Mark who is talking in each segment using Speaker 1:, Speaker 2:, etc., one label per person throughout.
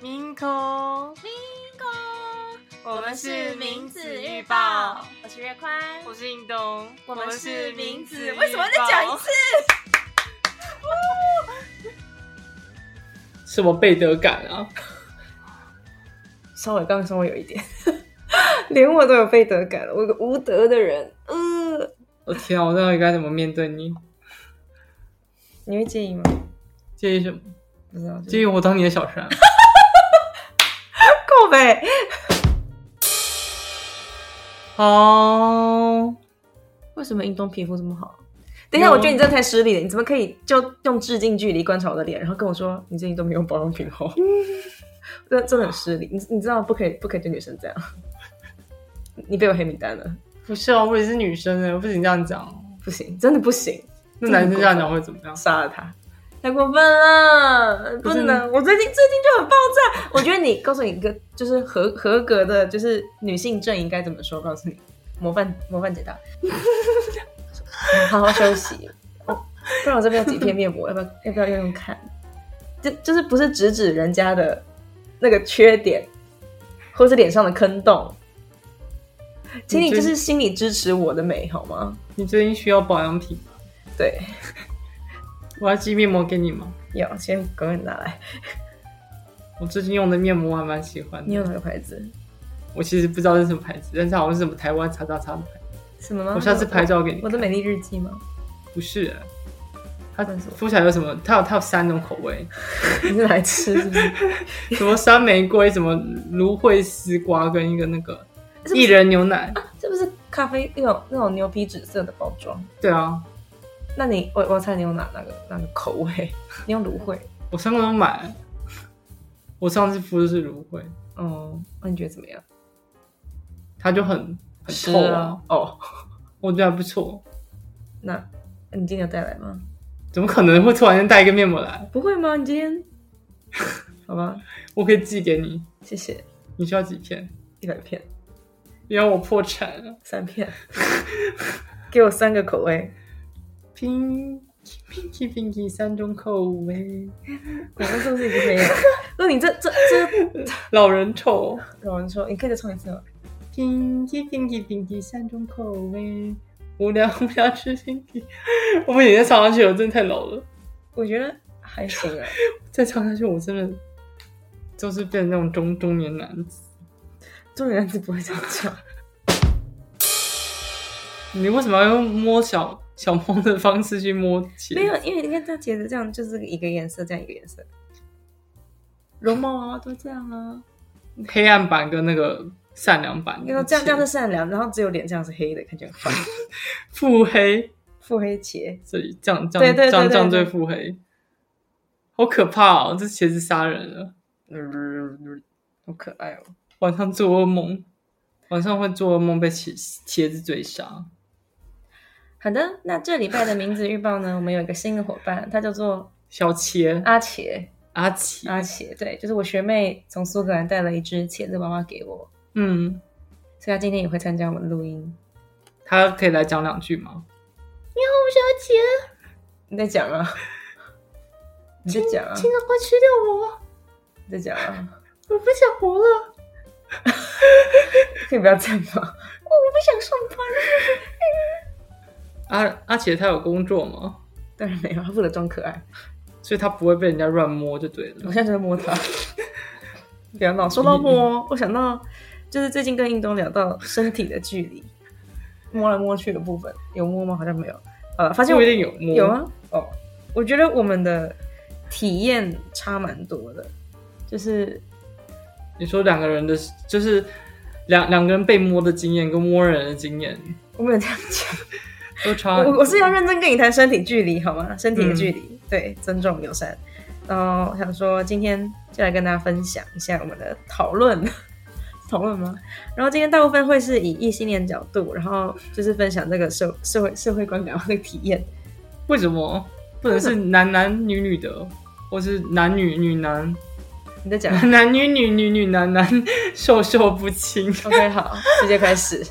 Speaker 1: 明空，
Speaker 2: 明工，
Speaker 1: 我们是明子预报，，
Speaker 2: 我是月宽，
Speaker 1: 我是印东，
Speaker 2: 我们是明子，
Speaker 1: 预报
Speaker 2: 为什么再讲一次？？
Speaker 3: 什么背德感啊？
Speaker 4: 稍微刚刚稍微有一点， 连我都有被德感了，我个无德的人，呃，
Speaker 3: 我天啊，我到底该怎么面对你？
Speaker 4: 你会介意吗？
Speaker 3: 介意什么？
Speaker 4: 不知道，
Speaker 3: 介意我当你的小 三？
Speaker 4: 够呗。
Speaker 3: 哦，
Speaker 4: 为什么运动皮肤这么好？啊等一下，我觉得你这太失礼了，你怎么可以就用致敬距离观察我的脸，然后跟我说你最近都没有保养品哦？ 这真的很失礼，你你知道不可以不可以对女生这样，你被我黑名单了，
Speaker 3: 不是哦，我也是女生哎，我不仅这样讲，
Speaker 4: 不行，真的不行，
Speaker 3: 那男生这样讲会怎么样？
Speaker 4: 杀了他，太过分了，不
Speaker 3: 不是
Speaker 4: 能！我最近最近就很爆炸，我觉得你告诉你一个就是合合格的，就是女性正应该怎么说？告诉你，模范模范解答， 好好休息，哦、不然我这边有几片面膜，要不要要不要用用看？就就是不是直指人家的那个缺点，或是脸上的坑洞，请你
Speaker 3: 你
Speaker 4: 就
Speaker 3: 真
Speaker 4: 是心里支持我的美好吗？
Speaker 3: 你最近需要保养品吗？
Speaker 4: 对，
Speaker 3: 我要寄面膜给你吗？
Speaker 4: 有先赶快拿来，
Speaker 3: 我最近用的面膜我还蛮喜欢
Speaker 4: 你
Speaker 3: 的，
Speaker 4: 有哪个牌子？
Speaker 3: 我其实不知道是什么牌子，但是好像是什么台湾叉叉叉的牌子。
Speaker 4: 什么吗？
Speaker 3: 啊我下次拍照给你
Speaker 4: 我。我的美丽日记吗？
Speaker 3: 不是欸，它
Speaker 4: 那是什么
Speaker 3: 敷起来有什么？它有它有三种口味，
Speaker 4: 你是来吃是 不是？
Speaker 3: 什么山玫瑰，什么芦荟丝瓜，跟一个那个
Speaker 4: 是不是
Speaker 3: 薏仁牛奶。
Speaker 4: 这不是咖啡那种那种牛皮纸色的包装？
Speaker 3: 对啊，
Speaker 4: 那你我我猜你用哪哪个哪个口味？ 你用芦荟？
Speaker 3: 我三个都买。我上次敷的是芦荟，
Speaker 4: 哦，那你觉得怎么样？
Speaker 3: 它就很很
Speaker 4: 湿
Speaker 3: 透
Speaker 4: 啊
Speaker 3: 啊。哦， 我觉得还不错。
Speaker 4: 那你今天有带来吗？
Speaker 3: 怎么可能会突然间带一个面膜来？
Speaker 4: 不会吗？你今天 好吧，
Speaker 3: 我可以寄给你，
Speaker 4: 谢谢，
Speaker 3: 你需要几片？
Speaker 4: 一百片，
Speaker 3: 因为我破产了。
Speaker 4: 三片，给我三个口味。
Speaker 3: Pinky Pinky Pinky 三种口味，
Speaker 4: 我们是不是已 经没有？那你这这这，
Speaker 3: 老人丑。
Speaker 4: 有人说你可以再唱一次吗？
Speaker 3: Pinky Pinky Pinky 三种口味，无聊无聊吃 Pinky。我每天唱下去，我真的太老了。
Speaker 4: 我觉得还行啊。
Speaker 3: 再唱下去，我真的就是变成那种中中年男子。
Speaker 4: 中年男子不会这样唱。
Speaker 3: 你为什么要用摸小小猫的方式去摸茄？
Speaker 4: 没有，因为你看它茄子这样就是一个颜色，这样一个颜色。
Speaker 3: 绒毛啊，都这样啊。黑暗版跟那个善良版，
Speaker 4: 你说这样这样是善良，然后只有脸这样是黑的，看起来很坏。
Speaker 3: 腹黑，
Speaker 4: 腹黑茄，
Speaker 3: 这里这样这
Speaker 4: 对
Speaker 3: 样
Speaker 4: 对对
Speaker 3: 这样
Speaker 4: 对
Speaker 3: 这样
Speaker 4: 对
Speaker 3: 最腹黑，好可怕哦！这茄子杀人了。
Speaker 4: 嗯好可爱哦。
Speaker 3: 晚上做噩梦，晚上会做噩梦被茄茄子追杀。
Speaker 4: 好的，那这礼拜的名字预报呢，我们有一个新的伙伴，他叫做
Speaker 3: 小茄
Speaker 4: 阿茄，
Speaker 3: 阿奇，
Speaker 4: 阿茄，对，就是我学妹从苏格兰带了一只茄子娃娃给我，
Speaker 3: 嗯，
Speaker 4: 所以她今天也会参加我们录音。
Speaker 3: 他可以来讲两句吗？
Speaker 4: 你在讲啊？你在讲啊？
Speaker 3: 啊，快吃掉我！
Speaker 4: 你在讲啊？
Speaker 3: 我不想活了。
Speaker 4: 可以不要这样 吗？
Speaker 3: 阿阿茄他有工作吗？
Speaker 4: 当然没有，她为了装可爱，
Speaker 3: 所以他不会被人家乱摸就对
Speaker 4: 我
Speaker 3: 了。
Speaker 4: 现在就在摸它。不要闹，说到摸，我想到就是最近跟印东聊到身体的距离，摸来摸去的部分，有摸吗？好像没有。好了，发现
Speaker 3: 不
Speaker 4: 我
Speaker 3: 一定有摸，
Speaker 4: 有啊。哦，我觉得我们的体验差蛮多的，就是
Speaker 3: 你说两个人的，就是两两个人被摸的经验跟摸人的经验
Speaker 4: 我没有这样讲，
Speaker 3: 都差很多。
Speaker 4: 我我是要认真跟你谈身体距离好吗？身体的距离，对，尊重友善。然后我想说今天就来跟大家分享一下我们的讨论。 讨论吗？然后今天大部分会是以异性恋角度，然后就是分享这个社社会社会观感和这个体验。
Speaker 3: 为什么不能是男男女女的，或是男女女男？
Speaker 4: 你在讲
Speaker 3: 男女女女女男 男授受不亲。
Speaker 4: ？OK，好，直接开始。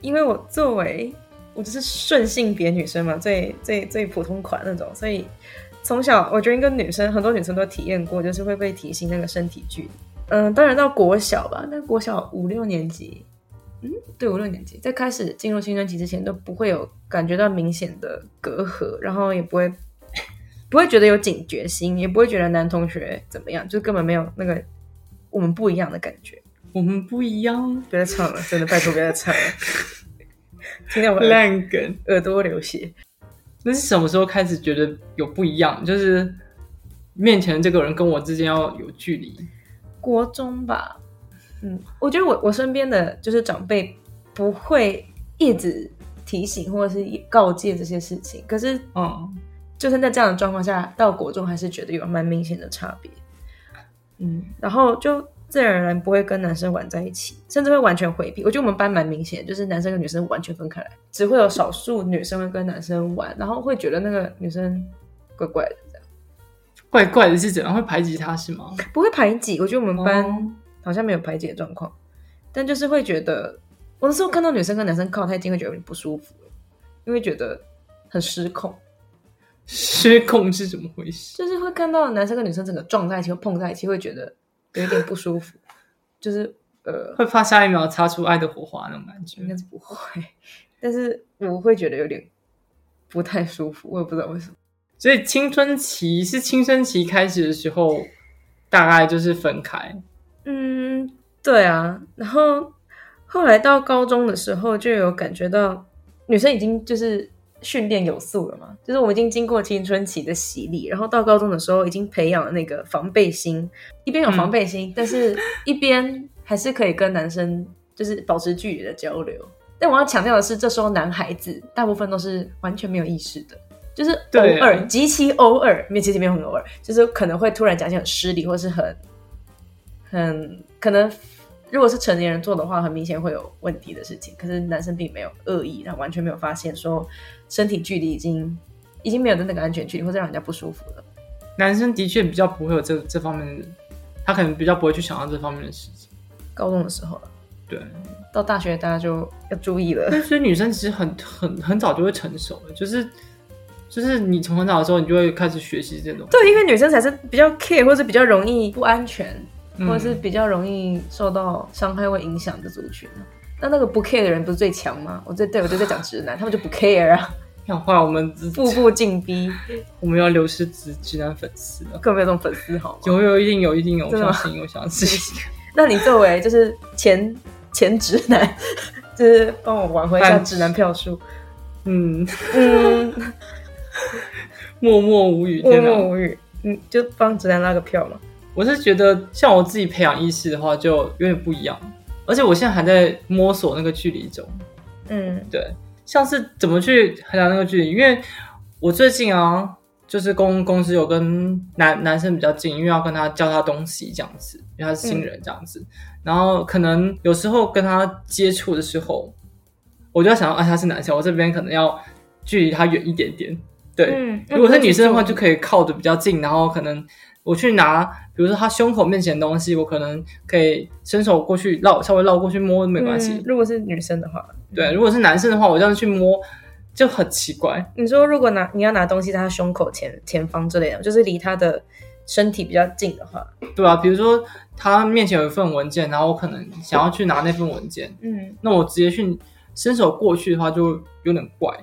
Speaker 4: 因为我作为我就是顺性别女生嘛，最最最普通款那种，所以从小我觉得应该女生很多女生都体验过，就是会被提醒那个身体距离。嗯，当然到国小吧，但国小五六年级，嗯，对，五六年级在开始进入青春期之前都不会有感觉到明显的隔阂，然后也不会不会觉得有警觉心，也不会觉得男同学怎么样，就根本没有那个我们不一样的感觉。
Speaker 3: 我们不一样，
Speaker 4: 不要再 唱了，真的拜托不要再唱了，听到我耳
Speaker 3: 烂梗。
Speaker 4: 耳朵流血。
Speaker 3: 那是什么时候开始觉得有不一样？就是面前这个人跟我之间要有距离。
Speaker 4: 国中吧，嗯，我觉得我我身边的就是长辈不会一直提醒或者是告诫这些事情，可是
Speaker 3: 嗯，
Speaker 4: 就是在这样的状况下，到国中还是觉得有蛮明显的差别，嗯，然后就自然而然不会跟男生玩在一起，甚至会完全回避。我觉得我们班蛮明显，就是男生跟女生完全分开来，只会有少数女生会跟男生玩，然后会觉得那个女生怪怪的，这样
Speaker 3: 怪怪的是怎样会排挤他是吗？
Speaker 4: 不会排挤。我觉得我们班、
Speaker 3: 哦
Speaker 4: 好像没有排解的状况，但就是会觉得，我那时候看到女生跟男生靠太近，会觉得有点不舒服，因为觉得很失控，
Speaker 3: 失控是怎么回事？
Speaker 4: 就是会看到男生跟女生整个撞在一起或碰在一起，会觉得有一点不舒服，就是呃，
Speaker 3: 会怕下一秒擦出爱的火花那种感觉
Speaker 4: 应。该是不会， 但是我会觉得有点不太舒服，我也不知道为什么。
Speaker 3: 所以青春期是青春期开始的时候，大概就是分开。
Speaker 4: 嗯，对啊，然后后来到高中的时候，就有感觉到女生已经就是训练有素了嘛，就是我们已经经过青春期的洗礼，然后到高中的时候已经培养了那个防备心，一边有防备心，但是一边还是可以跟男生就是保持距离的交流。但我要强调的是，这时候男孩子大部分都是完全没有意识的，就是偶
Speaker 3: 对
Speaker 4: 尔，极其偶尔，没有其实没有很偶尔，就是可能会突然讲一些很失礼，或是很很可能，如果是成年人做的话，很明显会有问题的事情。可是男生并没有恶意，他完全没有发现说身体距离已经已经没有的那个安全距离，或者让人家不舒服了。
Speaker 3: 男生的确比较不会有这这方面的，他可能比较不会去想到这方面的事情。
Speaker 4: 高中的时候了，啊
Speaker 3: 对，
Speaker 4: 到大学大家就要注意了。
Speaker 3: 但所以女生其实很很很早就会成熟了，就是就是你从很早的时候，你就会开始学习这种，
Speaker 4: 对，因为女生才是比较 care，或是比较容易不安全，
Speaker 3: 嗯
Speaker 4: 或者是比较容易受到伤害或影响的族群。啊那那个不 care 的人不是最强吗？我这对我就在讲直 男，他们就不 care 啊，
Speaker 3: 像后来我们只
Speaker 4: 步步进逼，
Speaker 3: 我们要流失直直男粉丝了。
Speaker 4: 更没有这种粉丝好吗？
Speaker 3: 有有一定有一定有，我
Speaker 4: 真的吗
Speaker 3: 相信我相信。
Speaker 4: 那你作为就是前前直男， 就是帮我挽回一下直男票数。
Speaker 3: 嗯，
Speaker 4: 嗯，
Speaker 3: 默默无语，
Speaker 4: 默
Speaker 3: 天哪！
Speaker 4: 默无语。嗯，就帮直男拉个票嘛。
Speaker 3: 我是觉得像我自己培养意识的话，就有点不一样，而且我现在还在摸索那个距离中。
Speaker 4: 嗯
Speaker 3: 对，像是怎么去衡量那个距离？因为我最近啊，就是公公司有跟男男生比较近，因为要跟他教他东西这样子，因为他
Speaker 4: 嗯
Speaker 3: 是新人这样子。然后可能有时候跟他接触的时候，我就要想到，啊，他是男生，我这边可能要距离他远一点点。对，
Speaker 4: 嗯，
Speaker 3: 如果是女生的话，就可以靠的比较近，然后可能我去拿，比如说他胸口面前的东西，我可能可以伸手过去绕，稍微绕过去摸都没关系。
Speaker 4: 嗯如果是女生的话，
Speaker 3: 对，如果是男生的话，我这样去摸就很奇怪。
Speaker 4: 你说如果拿你要拿东西在他胸口前前方之类的，就是离他的身体比较近的话，
Speaker 3: 对吧、比如说他面前有一份文件，然后我可能想要去拿那份文件，
Speaker 4: 嗯，
Speaker 3: 那我直接去伸手过去的话，就有点怪。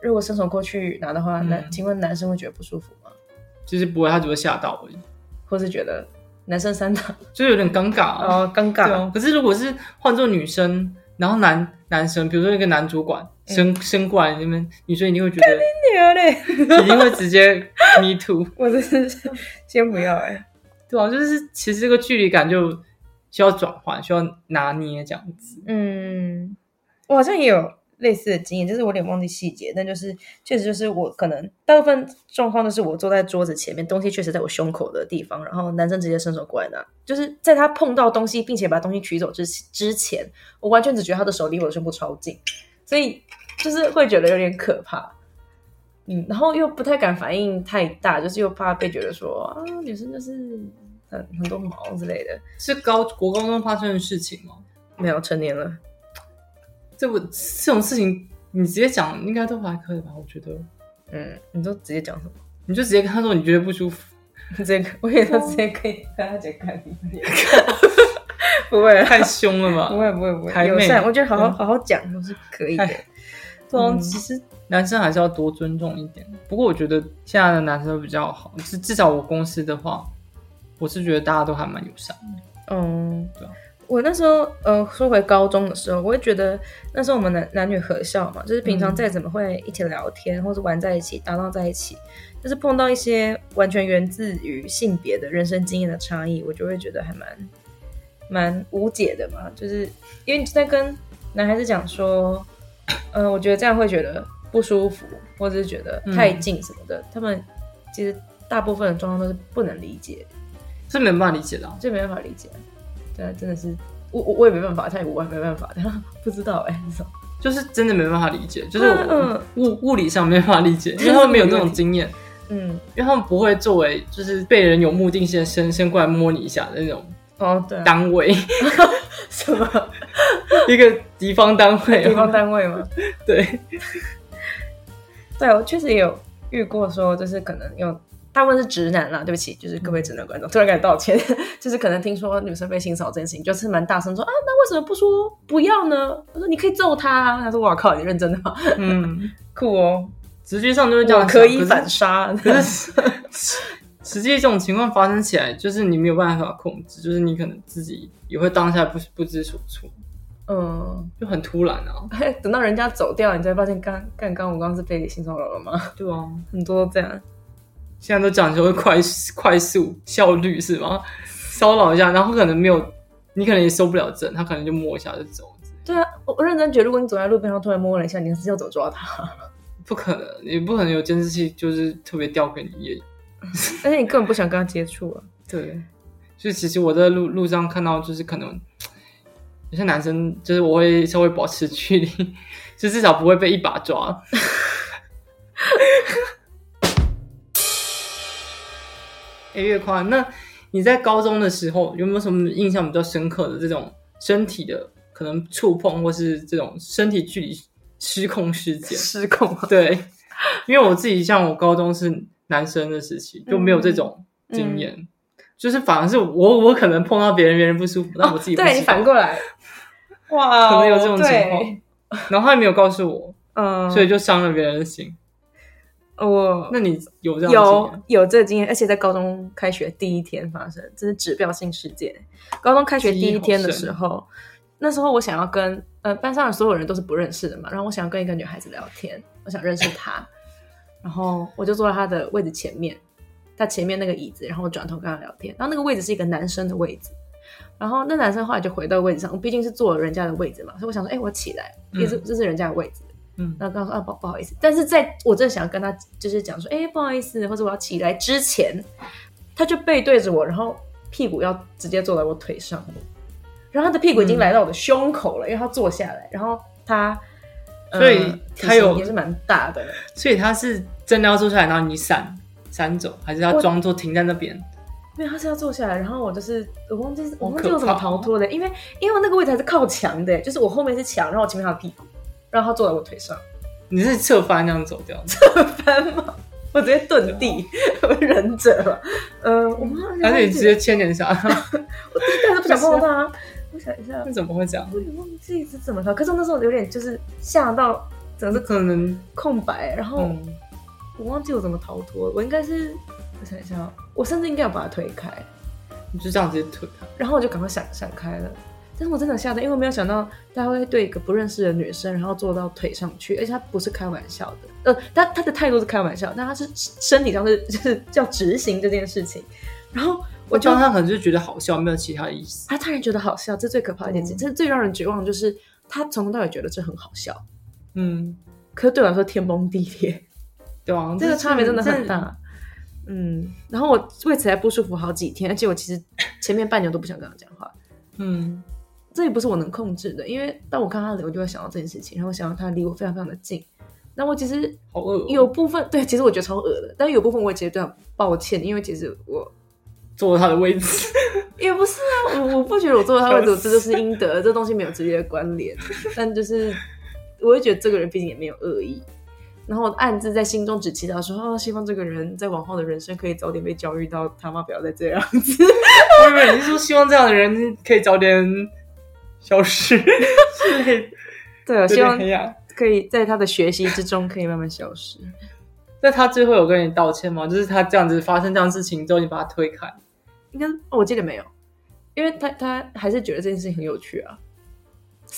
Speaker 4: 如果伸手过去拿的话，
Speaker 3: 嗯
Speaker 4: 那请问男生会觉得不舒服吗？
Speaker 3: 就是不会，他只会吓到而已，
Speaker 4: 或是觉得男生三打
Speaker 3: 就有点尴尬、啊。
Speaker 4: 哦
Speaker 3: 对
Speaker 4: 尴 尬？
Speaker 3: 啊，可是如果是换做女生，然后男男生，比如说一个男主管
Speaker 4: 嗯
Speaker 3: 伸伸过来，你们女生一定会觉得，
Speaker 4: 女儿嘞，
Speaker 3: 一定会直接 me too。
Speaker 4: 我真是先不要哎、
Speaker 3: 对啊，就是其实这个距离感就需要转换，需要拿捏这样子。
Speaker 4: 嗯，我好像也有类似的经验，就是我有点忘记细节，但就是确实就是我可能大部分状况都是我坐在桌子前面，东西确实在我胸口的地方，然后男生直接伸手过来拿，就是在他碰到东西并且把东西取走之之前，我完全只觉得他的手离我的胸部超近，所以就是会觉得有点可怕。嗯，然后又不太敢反应太大，就是又怕被觉得说啊，女生就是很很多毛之类的。
Speaker 3: 是高国高中发生的事情吗？
Speaker 4: 没有成年了，
Speaker 3: 这我这种事情，你直接讲应该都还可以吧？我觉得
Speaker 4: 嗯，你都直接讲什么？
Speaker 3: 你就直接跟他说你觉得不舒服。
Speaker 4: 直接我也都直接可以跟他讲看你脸，不会啊
Speaker 3: 太凶了
Speaker 4: 不
Speaker 3: 吧？
Speaker 4: 会不会不
Speaker 3: 台
Speaker 4: 会，
Speaker 3: 妹
Speaker 4: 友善，我觉得好好
Speaker 3: 哦嗯
Speaker 4: 好好讲都是可以的
Speaker 3: 哎。
Speaker 4: 对啊，
Speaker 3: 嗯
Speaker 4: 其实
Speaker 3: 男生还是要多尊重一点。不过我觉得现在的男生比较好，至至少我公司的话，我是觉得大家都还蛮友善的。
Speaker 4: 嗯
Speaker 3: 对啊，
Speaker 4: 我那时候呃，说回高中的时候，我会觉得那时候我们男男女合校嘛，就是平常
Speaker 3: 嗯
Speaker 4: 再怎么会一起聊天，或者玩在一起、打闹在一起，就是碰到一些完全源自于性别的人生经验的差异，我就会觉得还蛮蛮无解的嘛。就是因为你在跟男孩子讲说，呃，我觉得这样会觉得不舒服，或者是觉得太
Speaker 3: 嗯
Speaker 4: 近什么的，他们其实大部分的状况都是不能理解。
Speaker 3: 是没办法理解的啊、
Speaker 4: 这没办法理解。对啊，真的是我我我也没办法，他也我也没办法， 不知道哎、欸，这种
Speaker 3: 就是真的没办法理解，就是我
Speaker 4: 嗯嗯
Speaker 3: 物物理上没办法理 解，因为他们没有这种经验，
Speaker 4: 嗯，
Speaker 3: 因为他们不会作为就是被人有目的性地先先过来摸你一下的那种
Speaker 4: 哦对、啊，
Speaker 3: 单位，
Speaker 4: 什么
Speaker 3: 一个敌方单位哦，
Speaker 4: 地方单位吗？
Speaker 3: 对，
Speaker 4: 对，我确实也有遇过说，就是可能有大部分是直男啦，对不起，就是各位直男观众，突然感到道歉， 就是可能听说女生被性骚扰这件事情，就是蛮大声说啊，那为什么不说不要呢？我说你可以揍他啊，他说哇靠，你认真的吗？
Speaker 3: 嗯，
Speaker 4: 酷哦，
Speaker 3: 直觉上就会这
Speaker 4: 我
Speaker 3: 样想，
Speaker 4: 可以
Speaker 3: 反
Speaker 4: 反杀，
Speaker 3: 可是 实际这种情况发生起来，就是你没有办法控制，就是你可能自己也会当下不不知所措，
Speaker 4: 嗯，
Speaker 3: 就很突然啊。
Speaker 4: 等到人家走掉，你才发现刚刚刚我刚刚是被性骚扰了吗？
Speaker 3: 对啊，
Speaker 4: 很多都这样。
Speaker 3: 现在都讲究快快速效率是吗？骚扰一下，然后可能没有，你可能也收不了证，他可能就摸一下就走，
Speaker 4: 对啊，我我认真觉得，如果你走在路边，然后突然摸了一下，你是要怎么抓他？
Speaker 3: 不可能，也不可能有监视器就是特别调给你也
Speaker 4: 而且你根本不想跟他接触啊。
Speaker 3: 对，所以其实我在路路上看到，就是可能有些男生，就是我会稍微保持距离，就至少不会被一把抓。 哎，月宽，那你在高中的时候有没有什么印象比较深刻的这种身体的可能触碰，或是这种身体距离失控事件？
Speaker 4: 失控 啊！
Speaker 3: 对，因为我自己像我高中是男生的时期，就没有这种
Speaker 4: 嗯
Speaker 3: 经验，就是反而是我我可能碰到别人，别人不舒服，但我自己不
Speaker 4: 哦对
Speaker 3: 知
Speaker 4: 你
Speaker 3: 道
Speaker 4: 反过来， 哇哦
Speaker 3: 可能有这种情况
Speaker 4: 对，
Speaker 3: 然后他也没有告诉我，
Speaker 4: 嗯，
Speaker 3: 所以就伤了别人的心。
Speaker 4: 我
Speaker 3: 那你有这样的经
Speaker 4: 有
Speaker 3: 验
Speaker 4: 有这个经验，而且在高中开学第一天发生，这是指标性事件。高中开学第一天的时候，那时候我想要跟呃班上的所有人都是不认识的嘛，然后我想要跟一个女孩子聊天，我想认识她，然后我就坐在她的位置前面，她前面那个椅子，然后我转头跟她聊天，然后那个位置是一个男生的位置。然后那男生后来就回到位置上，我毕竟是坐了人家的位置嘛，所以我想说，哎、我起来，
Speaker 3: 嗯
Speaker 4: 也是这是人家的位置，
Speaker 3: 嗯
Speaker 4: 然后跟他说啊不不好意思，但是在我正想跟他就是讲说，哎、不好意思，或者我要起来之前，他就背对着我，然后屁股要直接坐在我腿上，然后他的屁股已经
Speaker 3: 嗯
Speaker 4: 来到我的胸口了，因为他坐下来，然后他，呃
Speaker 3: 所以他有
Speaker 4: 体型也是蛮大的，
Speaker 3: 所以他是真的要坐下来，然后你闪闪走，还是要
Speaker 4: 我
Speaker 3: 装作停在那边？
Speaker 4: 因为他是要坐下来，然后我就是我忘记我
Speaker 3: 好
Speaker 4: 忘
Speaker 3: 可
Speaker 4: 记我怎么
Speaker 3: 怕
Speaker 4: 逃脱的，因为因为我那个位置还是靠墙的，就是我后面是墙，然后我前面他的屁股，然后他坐在我腿上，
Speaker 3: 你是侧翻那样走掉？
Speaker 4: 翻吗？我直接遁地，我是忍者了。呃，我妈哎
Speaker 3: 还是你直接牵连下？
Speaker 4: 我但是不想碰到他。啊我想一下
Speaker 3: 那，怎么会这样？
Speaker 4: 我也忘记是怎么了。可是我那时候有点就是吓到，整个
Speaker 3: 这
Speaker 4: 是
Speaker 3: 可能，
Speaker 4: 空白。然后
Speaker 3: 嗯，
Speaker 4: 我忘记我怎么逃脱，我应该是我想一下哦，我甚至应该要把他推开，
Speaker 3: 你就这样直接推开。
Speaker 4: 然后我就赶快闪闪开了。但是我真的吓到，因为我没有想到他会对一个不认识的女生，然后坐到腿上去，而且他不是开玩笑的，呃，他他的态度是开玩笑，但他是身体上是 就是要执行这件事情，然后我
Speaker 3: 我
Speaker 4: 就
Speaker 3: 当他可能就觉得好笑，没有其他意思。
Speaker 4: 他当然觉得好笑，这最可怕的一件事，
Speaker 3: 嗯
Speaker 4: 这最让人绝望的就是他从头到尾觉得这很好笑，
Speaker 3: 嗯，
Speaker 4: 可是对我来说天崩地裂，
Speaker 3: 对啊，
Speaker 4: 这个差嗯别真的很
Speaker 3: 这
Speaker 4: 大。嗯，然后我为此还不舒服好几天，而且我其实前面半年都不想跟他讲话，
Speaker 3: 嗯，
Speaker 4: 这也不是我能控制的，因为当我看他的脸，我就会想到这件事情，然后我想到他离我非常非常的近。那我其实
Speaker 3: 好恶哦、
Speaker 4: 有部分对，其实我觉得超恶的，但有部分我也觉得对他抱歉，因为其实我
Speaker 3: 坐他的位 置，
Speaker 4: 也不是啊，我我不觉得我做到他位置，这就是应得，这东西没有直接的关联。但就是，我会觉得这个人毕竟也没有恶意，然后我暗自在心中只祈祷说，哦，希望这个人在往后的人生可以早点被教育到，他妈不要再这样 子。
Speaker 3: 我以为你是说希望这样的人可以早点消失之类的，
Speaker 4: 对，我啊
Speaker 3: 有
Speaker 4: 希
Speaker 3: 点
Speaker 4: 望
Speaker 3: 黑暗。
Speaker 4: 可以在他的学习之中可以慢慢消失。
Speaker 3: 那他最后有跟你道歉吗？就是他这样子发生这样的事情之后，你把他推开，
Speaker 4: 应该、哦我记得没有，因为他他还是觉得这件事情很有趣啊。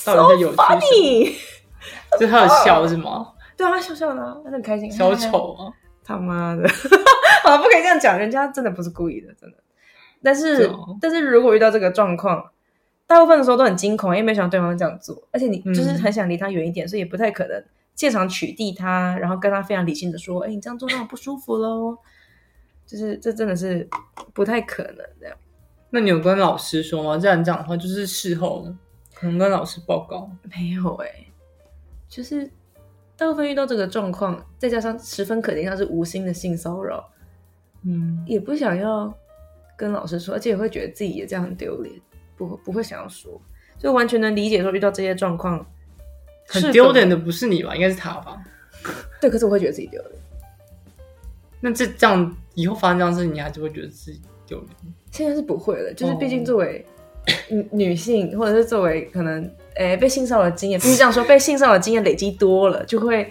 Speaker 3: 到底是有趣什么
Speaker 4: funny，
Speaker 3: 就是他有笑是吗？
Speaker 4: 对啊，他笑笑的、啊，他很开心。
Speaker 3: 小
Speaker 4: 嗨嗨
Speaker 3: 丑吗？
Speaker 4: 他妈的，好，不可以这样讲，人家真的不是故意的，真的。但
Speaker 3: 是
Speaker 4: 是，
Speaker 3: 哦
Speaker 4: 但是如果遇到这个状况，大部分的时候都很惊恐，因为没想到对方这样做，而且你
Speaker 3: 嗯
Speaker 4: 就是很想离他远一点，所以也不太可能现场取缔他，然后跟他非常理性的说：“哎、你这样做让我不舒服喽。”就是这真的是不太可能这样。
Speaker 3: 那你有跟老师说吗？这样讲的话，就是事后可能跟老师报告。
Speaker 4: 没有哎、就是大部分遇到这个状况，再加上十分肯定他是无心的性骚扰，
Speaker 3: 嗯，
Speaker 4: 也不想要跟老师说，而且也会觉得自己也这样很丢脸，不不会想要说，就完全能理解说遇到这些状况
Speaker 3: 很丢脸
Speaker 4: 的。
Speaker 3: 的不是你吧？应该是他吧？
Speaker 4: 对，可是我会觉得自己丢脸。
Speaker 3: 那这这样以后发生这样的事情，你还是会觉得自己丢脸？
Speaker 4: 现在是不会了，就是
Speaker 3: 哦
Speaker 4: 毕竟作为女女性，或者是作为可能诶、被性骚扰的经验，必须这样说，被性骚扰的经验累积多了，就会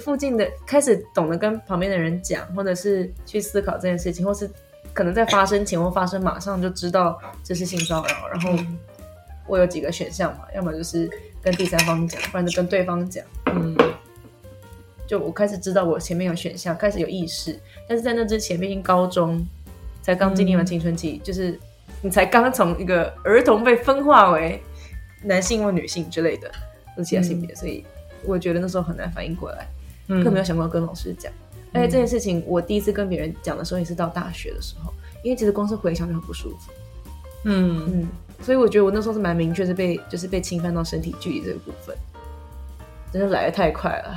Speaker 4: 附近的开始懂得跟旁边的人讲，或者是去思考这件事情，或是可能在发生前或发生马上就知道这是性骚扰，然后我有几个选项嘛，要么就是跟第三方讲，不然就跟对方讲。
Speaker 3: 嗯，
Speaker 4: 就我开始知道我前面有选项，开始有意识，但是在那之前，毕竟高中才刚经历
Speaker 3: 嗯
Speaker 4: 完青春期，就是你才刚从一个儿童被分化为男性或女性之类的，或者其他性别，所以我觉得那时候很难反应过来，
Speaker 3: 嗯
Speaker 4: 更没有想过要跟老师讲。而且这件事情，我第一次跟别人讲的时候也是到大学的时候，因为其实光是回想就很不舒服，
Speaker 3: 嗯，
Speaker 4: 嗯，所以我觉得我那时候是蛮明确是被就是被侵犯到身体距离这个部分，真的来的太快了，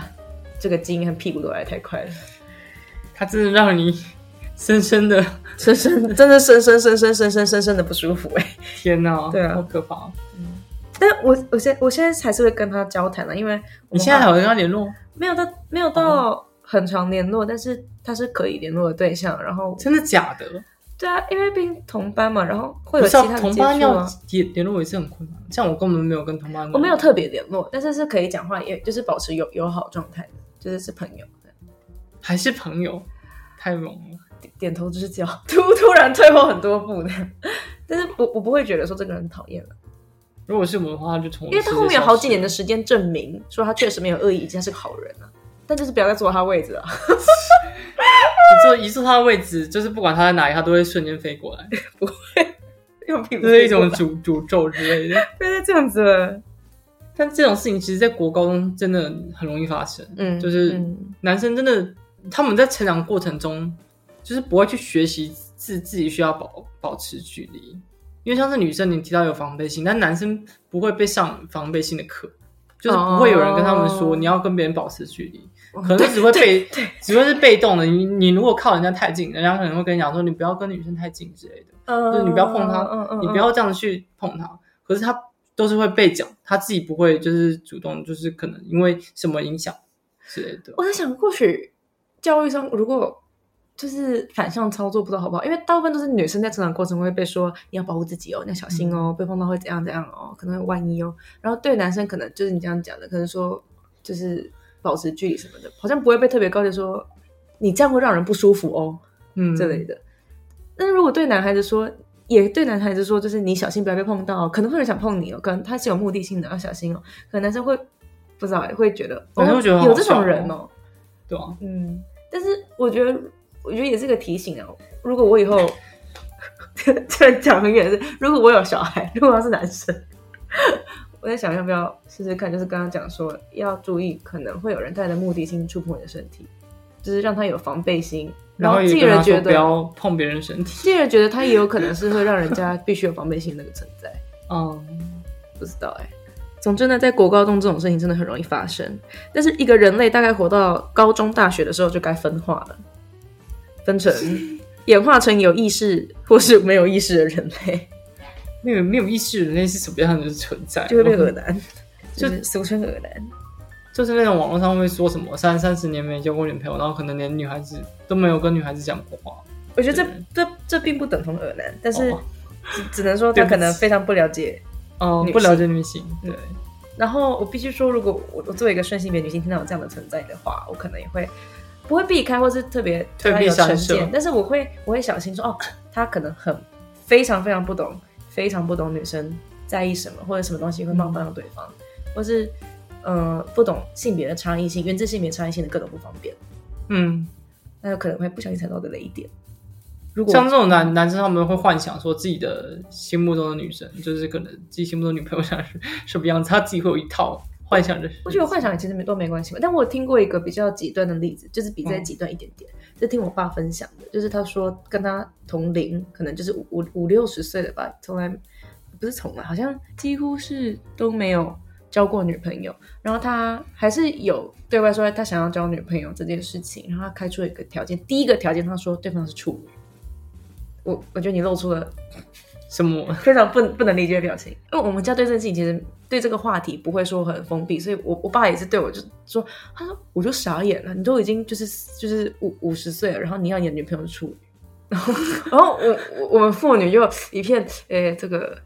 Speaker 4: 这个筋和屁股都来的太快了，
Speaker 3: 他真的让你 深深的
Speaker 4: 深深真的深深深深深深深深的不舒服哎、
Speaker 3: 天哪，
Speaker 4: 对啊
Speaker 3: 好可怕！
Speaker 4: 但我我现我现在还是会跟他交谈了，啊因为我
Speaker 3: 你
Speaker 4: 们
Speaker 3: 现在还
Speaker 4: 好
Speaker 3: 有哦跟他联络？
Speaker 4: 没有到没有到很常联络，但是他是可以联络的对象，然后
Speaker 3: 真的假的？
Speaker 4: 对啊，因为毕竟同班嘛，然后会有
Speaker 3: 不
Speaker 4: 其
Speaker 3: 是啊
Speaker 4: 他的
Speaker 3: 同
Speaker 4: 接
Speaker 3: 班
Speaker 4: 触
Speaker 3: 要
Speaker 4: 啊。
Speaker 3: 联联络也是很困难，像我根本没有跟同班，
Speaker 4: 我没有特别联络，但是是可以讲话，也就是保持友友好状态的，就是是朋友。
Speaker 3: 还是朋友，太猛了。
Speaker 4: 点头之交，突突然退后很多步的。 但是我我不会觉得说这个人讨厌了，
Speaker 3: 如果是我的话，就从我
Speaker 4: 因为他后面有
Speaker 3: 世界
Speaker 4: 好几年的
Speaker 3: 消
Speaker 4: 时间证明说他确实没有恶意，以及他是个好人啊。但就是不要再坐他位置了。
Speaker 3: 失你坐一坐他的位置，就是不管他在哪里，他都会瞬间飞过 来，
Speaker 4: 用屁股
Speaker 3: 这是一种诅诅咒之类 的。
Speaker 4: 不要再这样子了。
Speaker 3: 但这种事情其实，在国高中真的很容易发生。
Speaker 4: 嗯
Speaker 3: 就是
Speaker 4: 嗯
Speaker 3: 男生真的他们在成长过程中，就是不会去学习自自己需要保保持距离，因为像是女生你提到有防备心，但男生不会被上防备心的课，就是不会有人跟他们说
Speaker 4: 哦
Speaker 3: 你要跟别人保持距离，可能只会被只会是被动的。你你如果靠人家太近，人家可能会跟你讲说你不要跟女生太近之类的。
Speaker 4: 嗯
Speaker 3: 就是你不要碰他
Speaker 4: 嗯嗯
Speaker 3: 你不要这样去碰他。可是他都是会被讲，他自己不会就是主动，就是可能因为什么影响之类的。
Speaker 4: 我在想，或许教育上如果就是反向操作，不知道好不好？因为大部分都是女生在成长过程会被说你要保护自己哦，你要小心
Speaker 3: 嗯
Speaker 4: 哦，被碰到会怎样怎样哦，可能会万一哦。然后对男生可能就是你这样讲的，可能说就是保持距离什么的，好像不会被特别高调说你这样会让人不舒服哦
Speaker 3: 嗯，
Speaker 4: 之类的。但是如果对男孩子说，也对男孩子说，就是你小心不要被碰到哦，可能会有人想碰你哦，可能他是有目的性的，要小心哦。可能男生会不知道会觉得，
Speaker 3: 男生会觉得很
Speaker 4: 有
Speaker 3: 好
Speaker 4: 这
Speaker 3: 笑
Speaker 4: 种
Speaker 3: 哦
Speaker 4: 人哦。
Speaker 3: 对啊，
Speaker 4: 嗯，但是我觉得，我觉得也是个提醒啊。如果我以后， 这讲很远的是，如果我有小孩，如果他是男生， 我在想要不要试试看，就是刚刚讲说要注意，可能会有人带着目的性触碰你的身体，就是让他有防备心，
Speaker 3: 然后
Speaker 4: 后
Speaker 3: 也
Speaker 4: 继
Speaker 3: 跟他说
Speaker 4: 而觉
Speaker 3: 不
Speaker 4: 得，
Speaker 3: 要碰别人身体。
Speaker 4: 继而觉得他也有可能是会让人家必须有防备心那个存在。
Speaker 3: 嗯，
Speaker 4: 不知道哎、总之呢，在国高中这种事情真的很容易发生。但是一个人类大概活到高中、大学的时候就该分化了，分成演化成有意识或是没有意识的人 类，
Speaker 3: 没有没有意识人类是什么样的存在，
Speaker 4: 就会被恶
Speaker 3: 恶
Speaker 4: 男，就
Speaker 3: 就是
Speaker 4: 俗称恶男。
Speaker 3: 就是那种网络上会说什么三三十年没交过女朋友，然后可能连女孩子都没有跟女孩子讲过话。
Speaker 4: 我觉得
Speaker 3: 对
Speaker 4: 这这这并不等同恶男，但是
Speaker 3: 哦
Speaker 4: 只只能说
Speaker 3: 对
Speaker 4: 他
Speaker 3: 不
Speaker 4: 可能
Speaker 3: 起
Speaker 4: 非常不了解。
Speaker 3: 哦、
Speaker 4: 女
Speaker 3: 不了
Speaker 4: 性
Speaker 3: 解女性，嗯对，
Speaker 4: 嗯然后我必须说，如果我我作为一个顺性别女性听到有这样的存在的话，我可能也会不会避开，或是特别
Speaker 3: 退避
Speaker 4: 对她有
Speaker 3: 三
Speaker 4: 成
Speaker 3: 舍
Speaker 4: 见，但是我会我会小心说，哦，他可能很非常非常不懂，非常不懂女生在意什么，或者什么东西会冒犯到对方，
Speaker 3: 嗯
Speaker 4: 或是呃不懂性别的差异性，源自性别差异性的各种不方便，
Speaker 3: 嗯，
Speaker 4: 那有可能会不小心踩到的雷点。如果
Speaker 3: 像这种男男生，他们会幻想说自己的心目中的女神，就是可能自己心目中的女朋友像是什么样子，他自己会有一套幻想的。
Speaker 4: 我觉得幻想其实没都没关系嘛，但我有听过一个比较极端的例子，就是比这极端一点点，是听我爸分享的，就是他说跟他同龄，可能就是五五五六十岁了吧，从来不是从来，好像几乎是都没有交过女朋友，然后他还是有对外说他想要交女朋友这件事情，然后他开出了一个条件，第一个条件他说对方是处女，我我觉得你露出了
Speaker 3: 什么？
Speaker 4: 非常不不能理解的表情，因为我们家对这件事情其实对这个话题不会说很封闭，所以我我爸也是对我就说，他说我就傻眼了，你都已经就是就是五五十岁了，然后你要你的女朋友是处女， 然后然后我我我们父女就一片诶、这个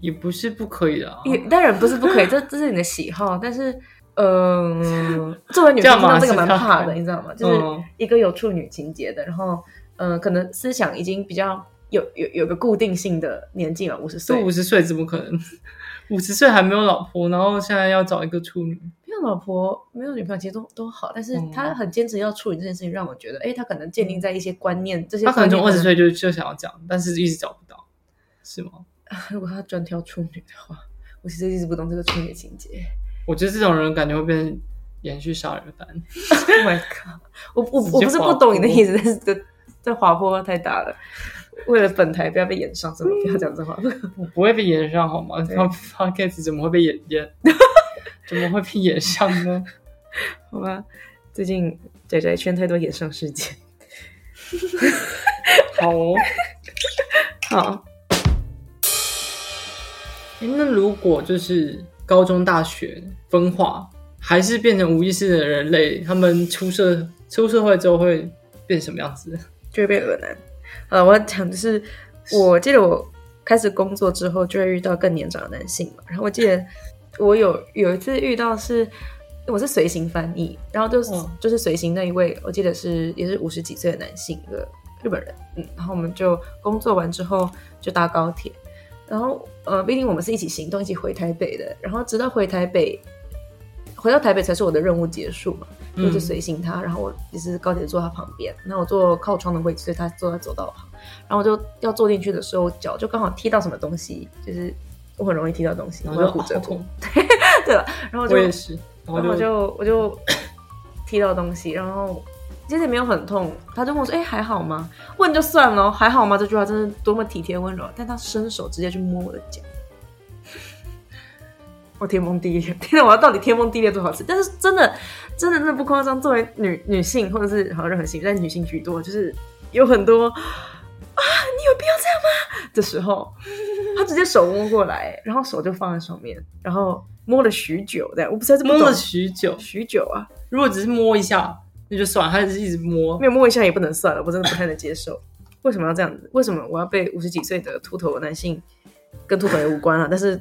Speaker 3: 也不是不可以的、啊，
Speaker 4: 也当然不是不可以，这这是你的喜好，但是嗯、作为女
Speaker 3: 这样
Speaker 4: 生听到
Speaker 3: 嘛
Speaker 4: 这个蛮
Speaker 3: 是他
Speaker 4: 怕的，你知道吗？就是
Speaker 3: 嗯
Speaker 4: 一个有处女情节的，然后嗯、呃可能思想已经比较。有有有个固定性的年纪嘛，五十
Speaker 3: 都
Speaker 4: 岁，
Speaker 3: 五十岁怎么可能？ 五十岁还没有老婆，然后现在要找一个处女，
Speaker 4: 没有老婆，没有女朋友，其实都都好，但是
Speaker 3: 嗯
Speaker 4: 他很坚持要处理这件事情，让我觉得，哎，他可能建立在一些观念，这些
Speaker 3: 他可能嗯从二
Speaker 4: 观
Speaker 3: 十
Speaker 4: 念
Speaker 3: 岁就就想要这样，但是一直找不到，是吗？
Speaker 4: 啊如果他专挑处女的话，我其实一直不懂这个处女情节。
Speaker 3: 我觉得这种人感觉会变成延续杀人 犯。
Speaker 4: Oh my god！我我
Speaker 3: 直接
Speaker 4: 我不是不
Speaker 3: 滑坡
Speaker 4: 懂你的意思，但是这这滑坡太大了。为了本台不要被演上，真的不要讲这话。
Speaker 3: 我不会被延上好吗？
Speaker 4: 对
Speaker 3: 他 podcast 怎么会被延 延？怎么会被延上呢？
Speaker 4: 好吧，最近仔仔圈太多演上事件。
Speaker 3: 好哦，
Speaker 4: 好，
Speaker 3: 诶那如果就是高中、大学分化，还是变成无意识的人类，他们出社出社会之后会变什么样子？
Speaker 4: 就会被恶男。呃，我要讲的是，我记得我开始工作之后，就会遇到更年长的男性嘛。然后我记得我有有一次遇到是，我是随行翻译，然后就是、
Speaker 3: 嗯
Speaker 4: 就是随行那一位，我记得是也是五十几岁的男性，一个日本人。嗯，然后我们就工作完之后就搭高铁，然后呃，毕竟我们是一起行动，一起回台北的。然后直到回台北，回到台北才是我的任务结束嘛。
Speaker 3: 嗯
Speaker 4: 我就随行他，然后我也是高铁坐他旁边，那我坐靠窗的位置，所以他坐在走道旁，然后我就要坐进去的时候，我脚就刚好踢到什么东西，就是我很容易踢到东西，
Speaker 3: 然
Speaker 4: 我
Speaker 3: 后就
Speaker 4: 要骨折
Speaker 3: 好
Speaker 4: 过，
Speaker 3: 痛，
Speaker 4: 然后我
Speaker 3: 我
Speaker 4: 就
Speaker 3: 也是，然
Speaker 4: 然后
Speaker 3: 后
Speaker 4: 我
Speaker 3: 就
Speaker 4: 就 我就踢到东西，然后其实也没有很痛，他就问我说：“哎、还好吗？”问就算了，哦还好吗？这句话真是多么体贴温柔，但他伸手直接去摸我的脚，我天崩地裂！天哪，我要到底天崩地裂多少次？但是真的，真的，真的不夸张。作为女女性，或者是好像任何性别，但女性居多，就是有很多啊，你有必要这样吗？的时候，他直接手摸过来，然后手就放在上面，然后摸了许久，这样我不知道是
Speaker 3: 摸了许久。
Speaker 4: 许久啊，
Speaker 3: 如果只是摸一下，那就算了，他只是一直摸
Speaker 4: 没，有摸一下也不能算了，我真的不太能接受。 为什么要这样子？为什么我要被五十几岁的秃头男性跟秃头也无关啊 了、但是，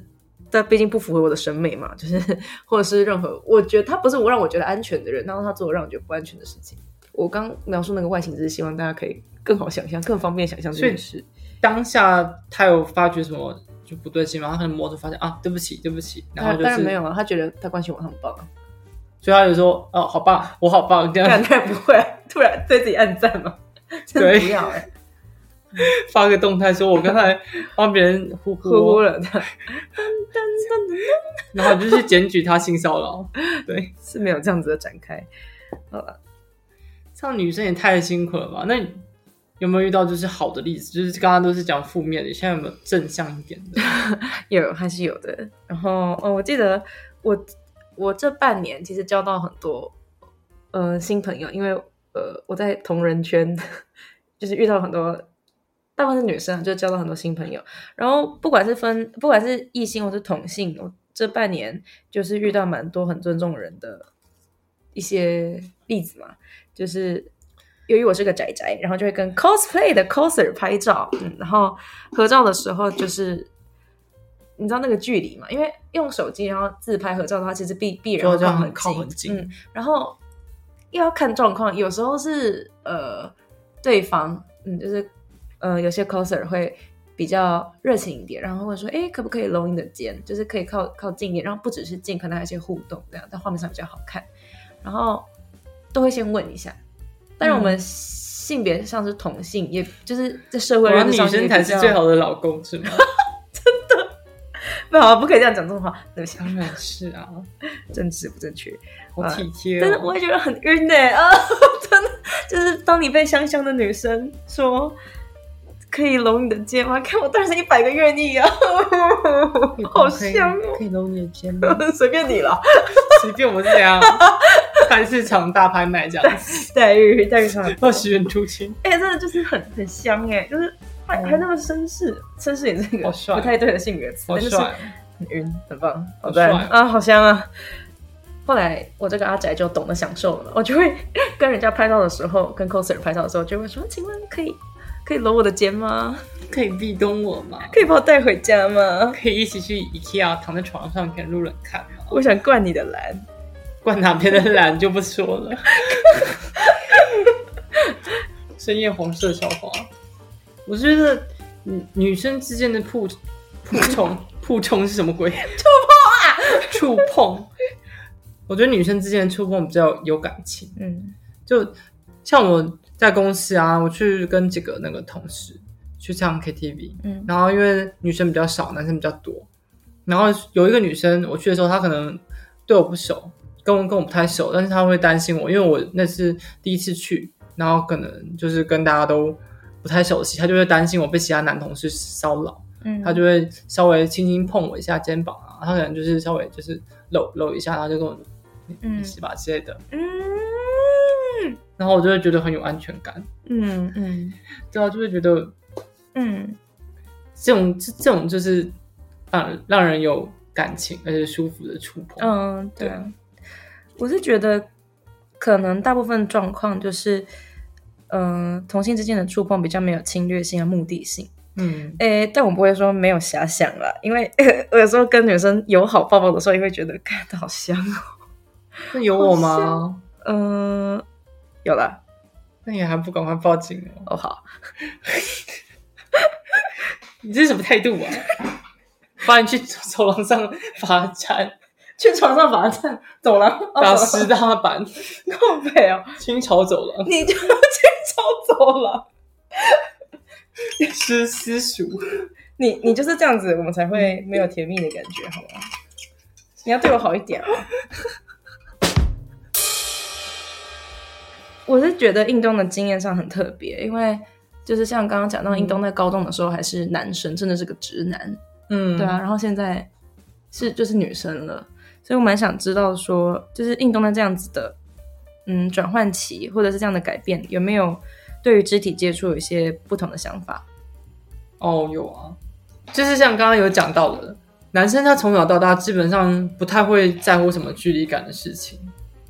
Speaker 4: 但毕竟不符合我的审美嘛，就是 或者是任何，我觉得他不是我让我觉得安全的人，然后他做了让我觉得不安全的事情。我刚描述那个外形，只是希望大家可以更好想象，更方便想象这
Speaker 3: 所以
Speaker 4: 件事。
Speaker 3: 当下他有发觉什么就不对劲吗？他可能摸着发现啊，对不起，对不起，然后
Speaker 4: 当
Speaker 3: 就是
Speaker 4: 然没有啊，他觉得他关心我他很 棒啊，
Speaker 3: 所以他就说：“哦，好棒，我好棒。”这
Speaker 4: 但
Speaker 3: 样
Speaker 4: 他也不会啊突然对自己暗赞嘛，真的
Speaker 3: 对
Speaker 4: 不要哎、
Speaker 3: 发个动态说：“我刚才帮别人 呼呼。”
Speaker 4: 哭了的。
Speaker 3: 然后你就去检举他性骚 扰。
Speaker 4: 对，是没有这样子的展开。好了，
Speaker 3: 这样女生也太辛苦了吧？那你有没有遇到就是好的例子？就是刚刚都是讲负面的，现在有没有正向一点的？
Speaker 4: 有还是有的。然后，哦，我记得我我这半年其实交到很多呃新朋友，因为呃我在同人圈 就是遇到很多大部分是女生啊，就交到很多新朋友。然后不管是分不管是异性或是同性，我这半年就是遇到蛮多很尊重人的一些例子嘛，就是由于我是个宅宅，然后就会跟 cosplay 的 coser 拍照，嗯然后合照的时候就是。你知道那个距离嘛？因为用手机然后自拍合照的话，其实必必然
Speaker 3: 就
Speaker 4: 会
Speaker 3: 这样
Speaker 4: 很
Speaker 3: 靠很近
Speaker 4: 嗯，然后又要看状况，有时候是呃对方，嗯，就是呃有些 coser 会比较热情一点，然后会说，哎，可不可以搂你的肩？就是可以靠靠近一点，然后不只是近，可能还有一些互动，这样在画面上比较好看。然后都会先问一下。但是我们性别上是同性，也就是在社
Speaker 3: 嗯我觉
Speaker 4: 会
Speaker 3: 得
Speaker 4: 认
Speaker 3: 女
Speaker 4: 知上
Speaker 3: 生才是最好的老公，是吗？
Speaker 4: 不好，不可以这样讲这种话，对不 起，
Speaker 3: 当然是啊，
Speaker 4: 政治不正确。
Speaker 3: 好体贴、哦。
Speaker 4: 但是呃我也觉得很晕呢、 啊，真的就是当你被香香的女生说可以搂你的肩吗？看我当然是一百个愿意啊， 好香哦，
Speaker 3: 可以搂你的肩膀，
Speaker 4: 随便你 了。
Speaker 3: 随便我是怎样，菜市场大拍卖这样子，
Speaker 4: 黛玉，黛玉上来
Speaker 3: 二十元出清，
Speaker 4: 哎、真的就是很很香哎、就是还、还那么绅士，绅士也是一个
Speaker 3: 好帅
Speaker 4: 不太对的性别词，
Speaker 3: 好
Speaker 4: 但就是
Speaker 3: 帅。
Speaker 4: 很晕，很棒，
Speaker 3: 好
Speaker 4: 好赞
Speaker 3: 帅哦
Speaker 4: 啊，好香啊！后来我这个阿宅就懂得享受了嘛，我就会跟人家拍照的时候，跟 coser 拍照的时候，就会说：“请问可以可以搂我的肩吗？
Speaker 3: 可以壁咚我吗？
Speaker 4: 可以把我带回家吗？
Speaker 3: 可以一起去 IKEA 躺在床上给路人看吗？
Speaker 4: 我想灌你的篮。
Speaker 3: 灌哪边的蓝就不说了。 深夜红色小花，我觉得女女生之间的触 触碰触碰是什么鬼？触碰啊！触碰，我觉得女生之间的触碰比较有感情。”
Speaker 4: 嗯
Speaker 3: 就像我在公司啊，我去跟几个那个同事去唱 KTV，
Speaker 4: 嗯
Speaker 3: 然后因为女生比较少，男生比较多，然后有一个女生，我去的时候她可能对我不熟，跟我跟我不太熟，但是她会担心我，因为我那是第一次去，然后可能就是跟大家都不太熟悉，她就会担心我被其他男同事骚扰，
Speaker 4: 嗯
Speaker 3: 她就会稍微轻轻碰我一下肩膀啊，她可能就是稍微就是搂搂一下，然后就跟我
Speaker 4: 嗯
Speaker 3: 你是吧之类的，
Speaker 4: 嗯
Speaker 3: 然后我就会觉得很有安全感。
Speaker 4: 嗯嗯
Speaker 3: 对啊，就会觉得
Speaker 4: 嗯，
Speaker 3: 这种这这种就是让让人有感情而且舒服的触碰。
Speaker 4: 嗯，对啊，我是觉得可能大部分状况就是，嗯、同性之间的触碰比较没有侵略性和目的性。
Speaker 3: 嗯，
Speaker 4: 诶，但我不会说没有遐想啦，因为 我有时候跟女生友好抱抱的时候，也会觉得看好香哦。
Speaker 3: 那有我吗？
Speaker 4: 嗯、有啦，
Speaker 3: 那你还不赶快报警哦！
Speaker 4: 哦好，
Speaker 3: 你这是什么态度啊？把你去走廊上罚站，
Speaker 4: 去床上把它站啊走廊
Speaker 3: 打
Speaker 4: 死
Speaker 3: 十大板，
Speaker 4: 靠背哦，
Speaker 3: 清朝走廊，
Speaker 4: 你就去抄走了。
Speaker 3: 吃私塾。
Speaker 4: 你你就是这样子，我们才会没有甜蜜的感觉，好吗？你要对我好一点啊！我是觉得印东的经验上很特别，因为就是像刚刚讲到，印东在高中的时候还是男生，真的是个直男，
Speaker 3: 嗯，
Speaker 4: 对啊。然后现在是就是女生了，所以我蛮想知道说，就是印东在这样子的嗯转换期，或者是这样的改变，有没有对于肢体接触有一些不同的想法？
Speaker 3: 哦，有啊，就是像刚刚有讲到的，男生他从小到大基本上不太会在乎什么距离感的事情，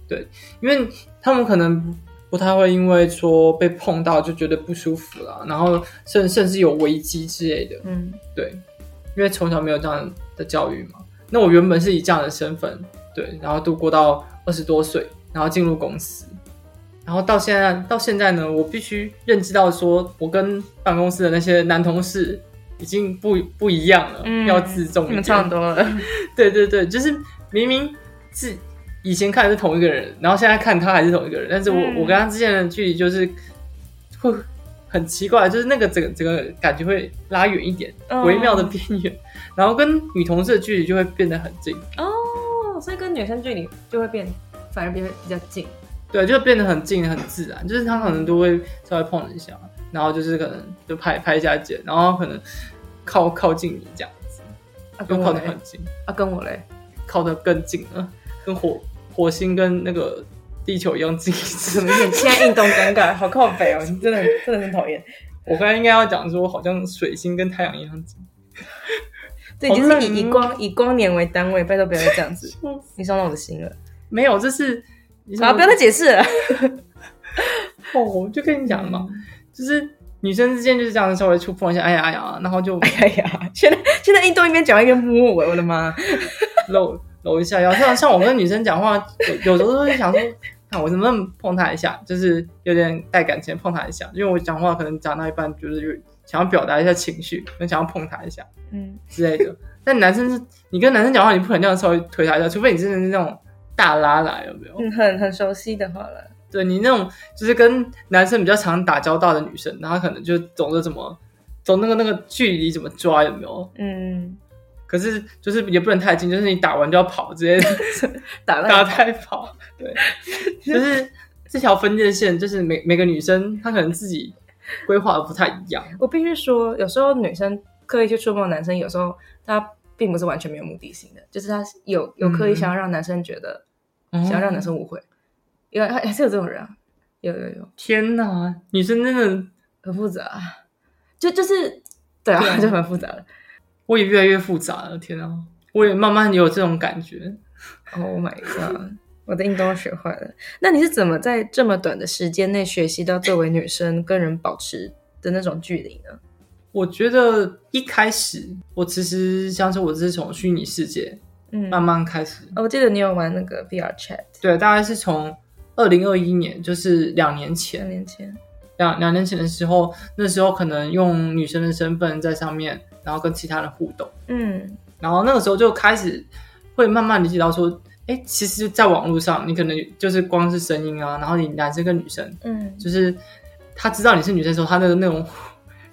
Speaker 3: 对，因为他们可能不太会因为说被碰到就觉得不舒服啦，然后甚甚至有危机之类的，
Speaker 4: 嗯
Speaker 3: 对，因为从小没有这样的教育嘛。那我原本是以这样的身份，对，然后度过到二十多岁，然后进入公司，然后到现在到现在呢，我必须认知到说，我跟办公室的那些男同事已经不不一样了，
Speaker 4: 嗯
Speaker 3: 要自重
Speaker 4: 你
Speaker 3: 一
Speaker 4: 们差很
Speaker 3: 点。
Speaker 4: 多 了。
Speaker 3: 对对对，就是明明是以前看的是同一个人，然后现在看他还是同一个人，但是我、
Speaker 4: 嗯
Speaker 3: 我跟他之间的距离就是会很奇怪，就是那个整个整个感觉会拉远一点。
Speaker 4: 嗯
Speaker 3: 微妙的边缘，然后跟女同事的距离就会变得很近，
Speaker 4: 哦，所以跟女生距离就会变，反而变得比较近。
Speaker 3: 对，就变得很近很自然，就是他可能都会稍微碰一下，然后就是可能就拍拍一下肩，然后可能靠靠近你这样子，
Speaker 4: 啊，跟
Speaker 3: 就
Speaker 4: 我
Speaker 3: 靠得
Speaker 4: 嘞
Speaker 3: 很，近，
Speaker 4: 啊，跟我嘞，
Speaker 3: 靠得更近了，跟火火星跟那个地球一样近。
Speaker 4: 怎么现在运动尴尬，好靠北哦，你真的真的很讨厌。
Speaker 3: 我刚才应该要讲说，好像水星跟太阳一样近，
Speaker 4: 对，
Speaker 3: 好
Speaker 4: 就是
Speaker 3: 冷
Speaker 4: 以以
Speaker 3: 哦
Speaker 4: 光以光年为单位，拜托不要再这样 子，你伤到我的心了。
Speaker 3: 没有，这是
Speaker 4: 啊好，不要再解释了。
Speaker 3: 哦，我就跟你讲嘛，
Speaker 4: 嗯
Speaker 3: 就是女生之间就是这样稍微触碰一下，哎呀哎呀，然后就
Speaker 4: 哎呀，现在现在运动一边讲一边摸我，我的妈！
Speaker 3: 搂搂一下腰。像像我跟女生讲话，有有时候会想说， 看我能不能碰她一下，就是有点带感情碰她一下，因为我讲话可能讲到一半，就是有想要表达一下情绪，很想要碰她一下
Speaker 4: 嗯，
Speaker 3: 之类的。但男生是，你跟男生讲话，你不可能这样稍微推他一下，除非你真的是那种大拉来，有没有？
Speaker 4: 嗯，很很熟悉的话了，
Speaker 3: 对你那种就是跟男生比较常打交道的女生，然后可能就懂得怎么懂那个那个距离怎么抓，有没有？
Speaker 4: 嗯，
Speaker 3: 可是就是也不能太近，就是你打完就要跑之类的，
Speaker 4: 打
Speaker 3: 打
Speaker 4: 到
Speaker 3: 太跑，对， 就是这条分界线，就是每每个女生她可能自己规划的不太一样，
Speaker 4: 我必须说，有时候女生刻意去触碰男生，有时候她并不是完全没有目的性的，就是她有有刻意想要让男生觉得，想要让男
Speaker 3: 哦
Speaker 4: 生误会，因为还还是有这种人啊，有有有，
Speaker 3: 天哪，女生真的
Speaker 4: 很复杂啊，就就是
Speaker 3: 对
Speaker 4: 对啊，
Speaker 3: 啊
Speaker 4: 就很复杂了。
Speaker 3: 我也越来越复杂了，天哪，我也慢慢有这种感觉。
Speaker 4: Oh my god！我的运动要学坏了。那你是怎么在这么短的时间内学习到作为女生跟人保持的那种距离呢？
Speaker 3: 我觉得一开始我其实像是我是从虚拟世界
Speaker 4: 嗯，
Speaker 3: 慢慢开始，
Speaker 4: 哦，我记得你有玩那个 VR Chat
Speaker 3: 对，大概是从二零二一年，就是两年前
Speaker 4: 两，年前，
Speaker 3: 两两年前的时候，那时候可能用女生的身份在上面，然后跟其他人互动，
Speaker 4: 嗯
Speaker 3: 然后那个时候就开始会慢慢理解到说，哎，其实，在网络上，你可能就是光是声音啊，然后你男生跟女生，
Speaker 4: 嗯
Speaker 3: 就是他知道你是女生的时候，他的那种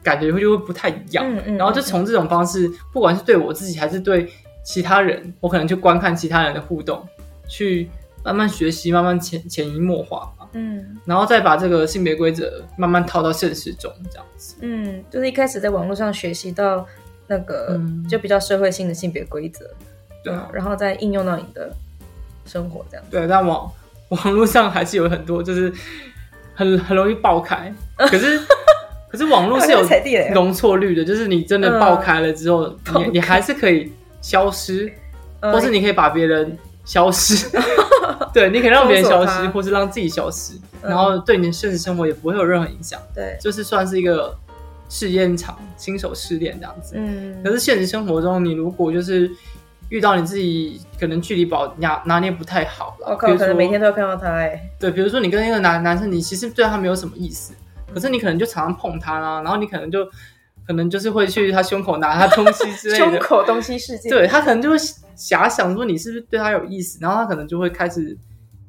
Speaker 3: 感觉会就会不太一样，
Speaker 4: 嗯嗯
Speaker 3: 然后就从这种方式，不管是对我自己还是对其他人，我可能去观看其他人的互动，去慢慢学习，慢慢潜潜移默化吧。
Speaker 4: 嗯
Speaker 3: 然后再把这个性别规则慢慢套到现实中，这样子。
Speaker 4: 嗯，就是一开始在网络上学习到那个、
Speaker 3: 嗯
Speaker 4: 就比较社会性的性别规则，
Speaker 3: 对啊，
Speaker 4: 然后再应用到你的生活这样。
Speaker 3: 对，但网网络上还是有很多，就是很很容易爆开。可 是可是网络是有
Speaker 4: 嗯好像踩地雷哦嗯
Speaker 3: 容错率的，就是你真的爆开了之后，
Speaker 4: 爆开
Speaker 3: 你你还是可以消失，
Speaker 4: 嗯
Speaker 3: 或是你可以把别人消 失。对，你可以让别人消
Speaker 4: 封锁
Speaker 3: 失，
Speaker 4: 他
Speaker 3: 或是让自己消失，
Speaker 4: 嗯
Speaker 3: 然后对你的现实生活也不会有任何影响，
Speaker 4: 对，
Speaker 3: 就是算是一个试验场，新手试炼这样子。
Speaker 4: 嗯，
Speaker 3: 可是现实生活中，你如果就是遇到你自己可能距离保拿拿捏不太好
Speaker 4: 我
Speaker 3: 了，
Speaker 4: 哦靠，
Speaker 3: 比如
Speaker 4: 可
Speaker 3: 说
Speaker 4: 能每天都要看到他哎、
Speaker 3: 对，比如说你跟一个男男生，你其实对他没有什么意思，可是你可能就常常碰他啦、然后你可能就可能就是会去他胸口拿他东西之类
Speaker 4: 胸
Speaker 3: 的，
Speaker 4: 口东西世界，
Speaker 3: 对他可能就会遐想说你是不是对他有意思，然后他可能就会开始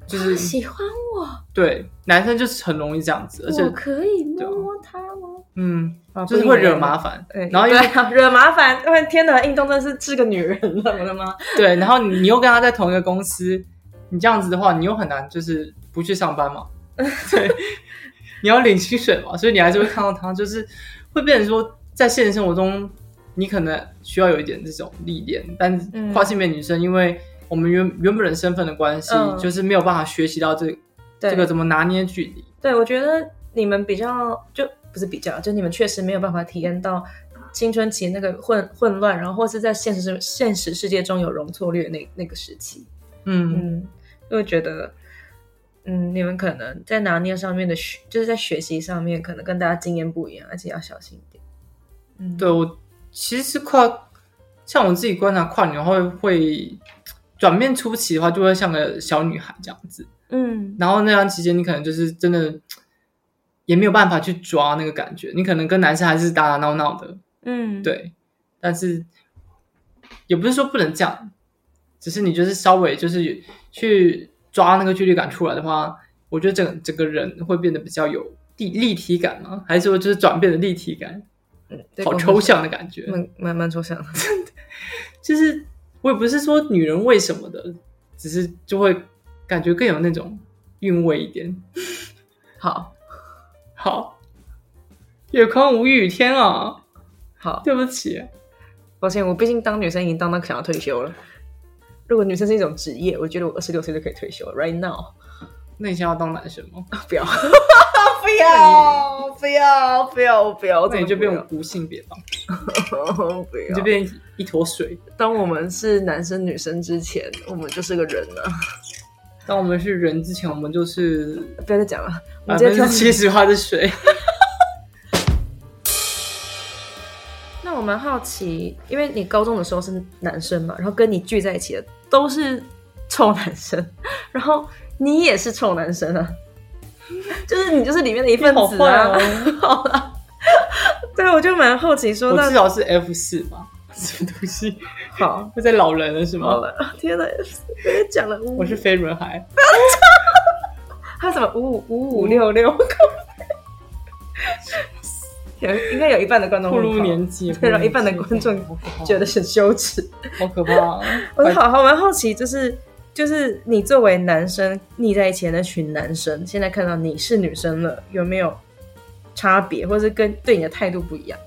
Speaker 3: 就
Speaker 4: 他
Speaker 3: 是
Speaker 4: 啊喜欢我，
Speaker 3: 对男生就是很容易这样子，而且
Speaker 4: 我哦可以
Speaker 3: 对啊
Speaker 4: 摸他吗？
Speaker 3: 嗯
Speaker 4: 啊
Speaker 3: 就是会惹麻。烦
Speaker 4: 不应该，
Speaker 3: 然后又
Speaker 4: 对啊惹麻烦，因为天哪，运动真是是个女人了，我的妈！
Speaker 3: 对，然后你你又跟他在同一个公司，你这样子的话，你又很难就是不去上 班嘛，对，你要领薪水嘛，所以你还是会看到他，就是会变成说，在现实生活中，你可能需要有一点这种历练，但
Speaker 4: 嗯
Speaker 3: 跨性别女生，因为我们原原本人身份的关系，
Speaker 4: 嗯
Speaker 3: 就是没有办法学习到这
Speaker 4: 对
Speaker 3: 这个怎么拿捏距离，
Speaker 4: 对，我觉得你们比较就不是比较，就你们确实没有办法体验到青春期那个混混乱，然后或是在现实现实世界中有容错率的那那个时期。
Speaker 3: 嗯，
Speaker 4: 嗯，因为我觉得，嗯，你们可能在拿捏上面的学，就是在学习上面，可能跟大家经验不一样，而且要小心一点。嗯，
Speaker 3: 对我其实跨，像我自己观察跨女会会转变初期的话，就会像个小女孩这样子。
Speaker 4: 嗯，
Speaker 3: 然后那段期间，你可能就是真的也没有办法去抓那个感觉，你可能跟男生还是打打闹闹的，
Speaker 4: 嗯，
Speaker 3: 对。但是也不是说不能这样，只是你就是稍微就是去抓那个距离感出来的话，我觉得整整个人会变得比较有立立体感嘛，还是说就是转变的立体感，
Speaker 4: 嗯，对
Speaker 3: 好抽，象的感觉，
Speaker 4: 蛮蛮蛮抽象的。
Speaker 3: 就是我也不是说女人为什么的，只是就会感觉更有那种韵味一点。
Speaker 4: 好，
Speaker 3: 好，月空无语天啊，
Speaker 4: 好，
Speaker 3: 对不起，
Speaker 4: 抱歉，我毕竟当女生已经当到想要退休了。如果女生是一种职业，我觉得我二十六岁就可以退休了，right now。哦
Speaker 3: 那你现在要当男生吗？
Speaker 4: 不要，
Speaker 2: 不要，不要，不要，不要，
Speaker 3: 那你就变无性别吧，
Speaker 2: 我不
Speaker 3: 你就
Speaker 2: 要。
Speaker 3: 变一坨水。
Speaker 2: 当我们是男生女生之前，我们就是个人了。
Speaker 3: 当我们是人之前，我们就是
Speaker 2: 不要再讲了，我
Speaker 3: 百
Speaker 2: 们直接
Speaker 3: 分
Speaker 2: 跳
Speaker 3: 之。七十趴的水。
Speaker 4: 那我蛮好奇，因为你高中的时候是男生嘛，然后跟你聚在一起的都是臭男生， 然后你也是臭男生啊， 就是你就是里面的一份
Speaker 3: 你好
Speaker 4: 子
Speaker 3: 坏
Speaker 4: 啊。
Speaker 3: 哦
Speaker 4: 好啦对，我就蛮好奇说，
Speaker 3: 我至
Speaker 4: 那
Speaker 3: 少是 F 四吧？什么东西？
Speaker 4: 好
Speaker 3: 会在老人了是吗？
Speaker 4: 好了， 天哪，别讲了，五
Speaker 3: 我是飞轮海，
Speaker 4: 他什么五五五五六 六，有应该有一半的观众
Speaker 3: 步
Speaker 4: 会
Speaker 3: 入
Speaker 4: 跑
Speaker 3: 年纪，
Speaker 4: 对然后一半的观众觉
Speaker 3: 得
Speaker 4: 得很羞 耻。
Speaker 3: 好可怕哦。
Speaker 4: 我好好蛮好奇，就是就是你作为男生腻在一起的那群男生，现在看到你是女生了，有没有差别，或是跟对你的态度不一样？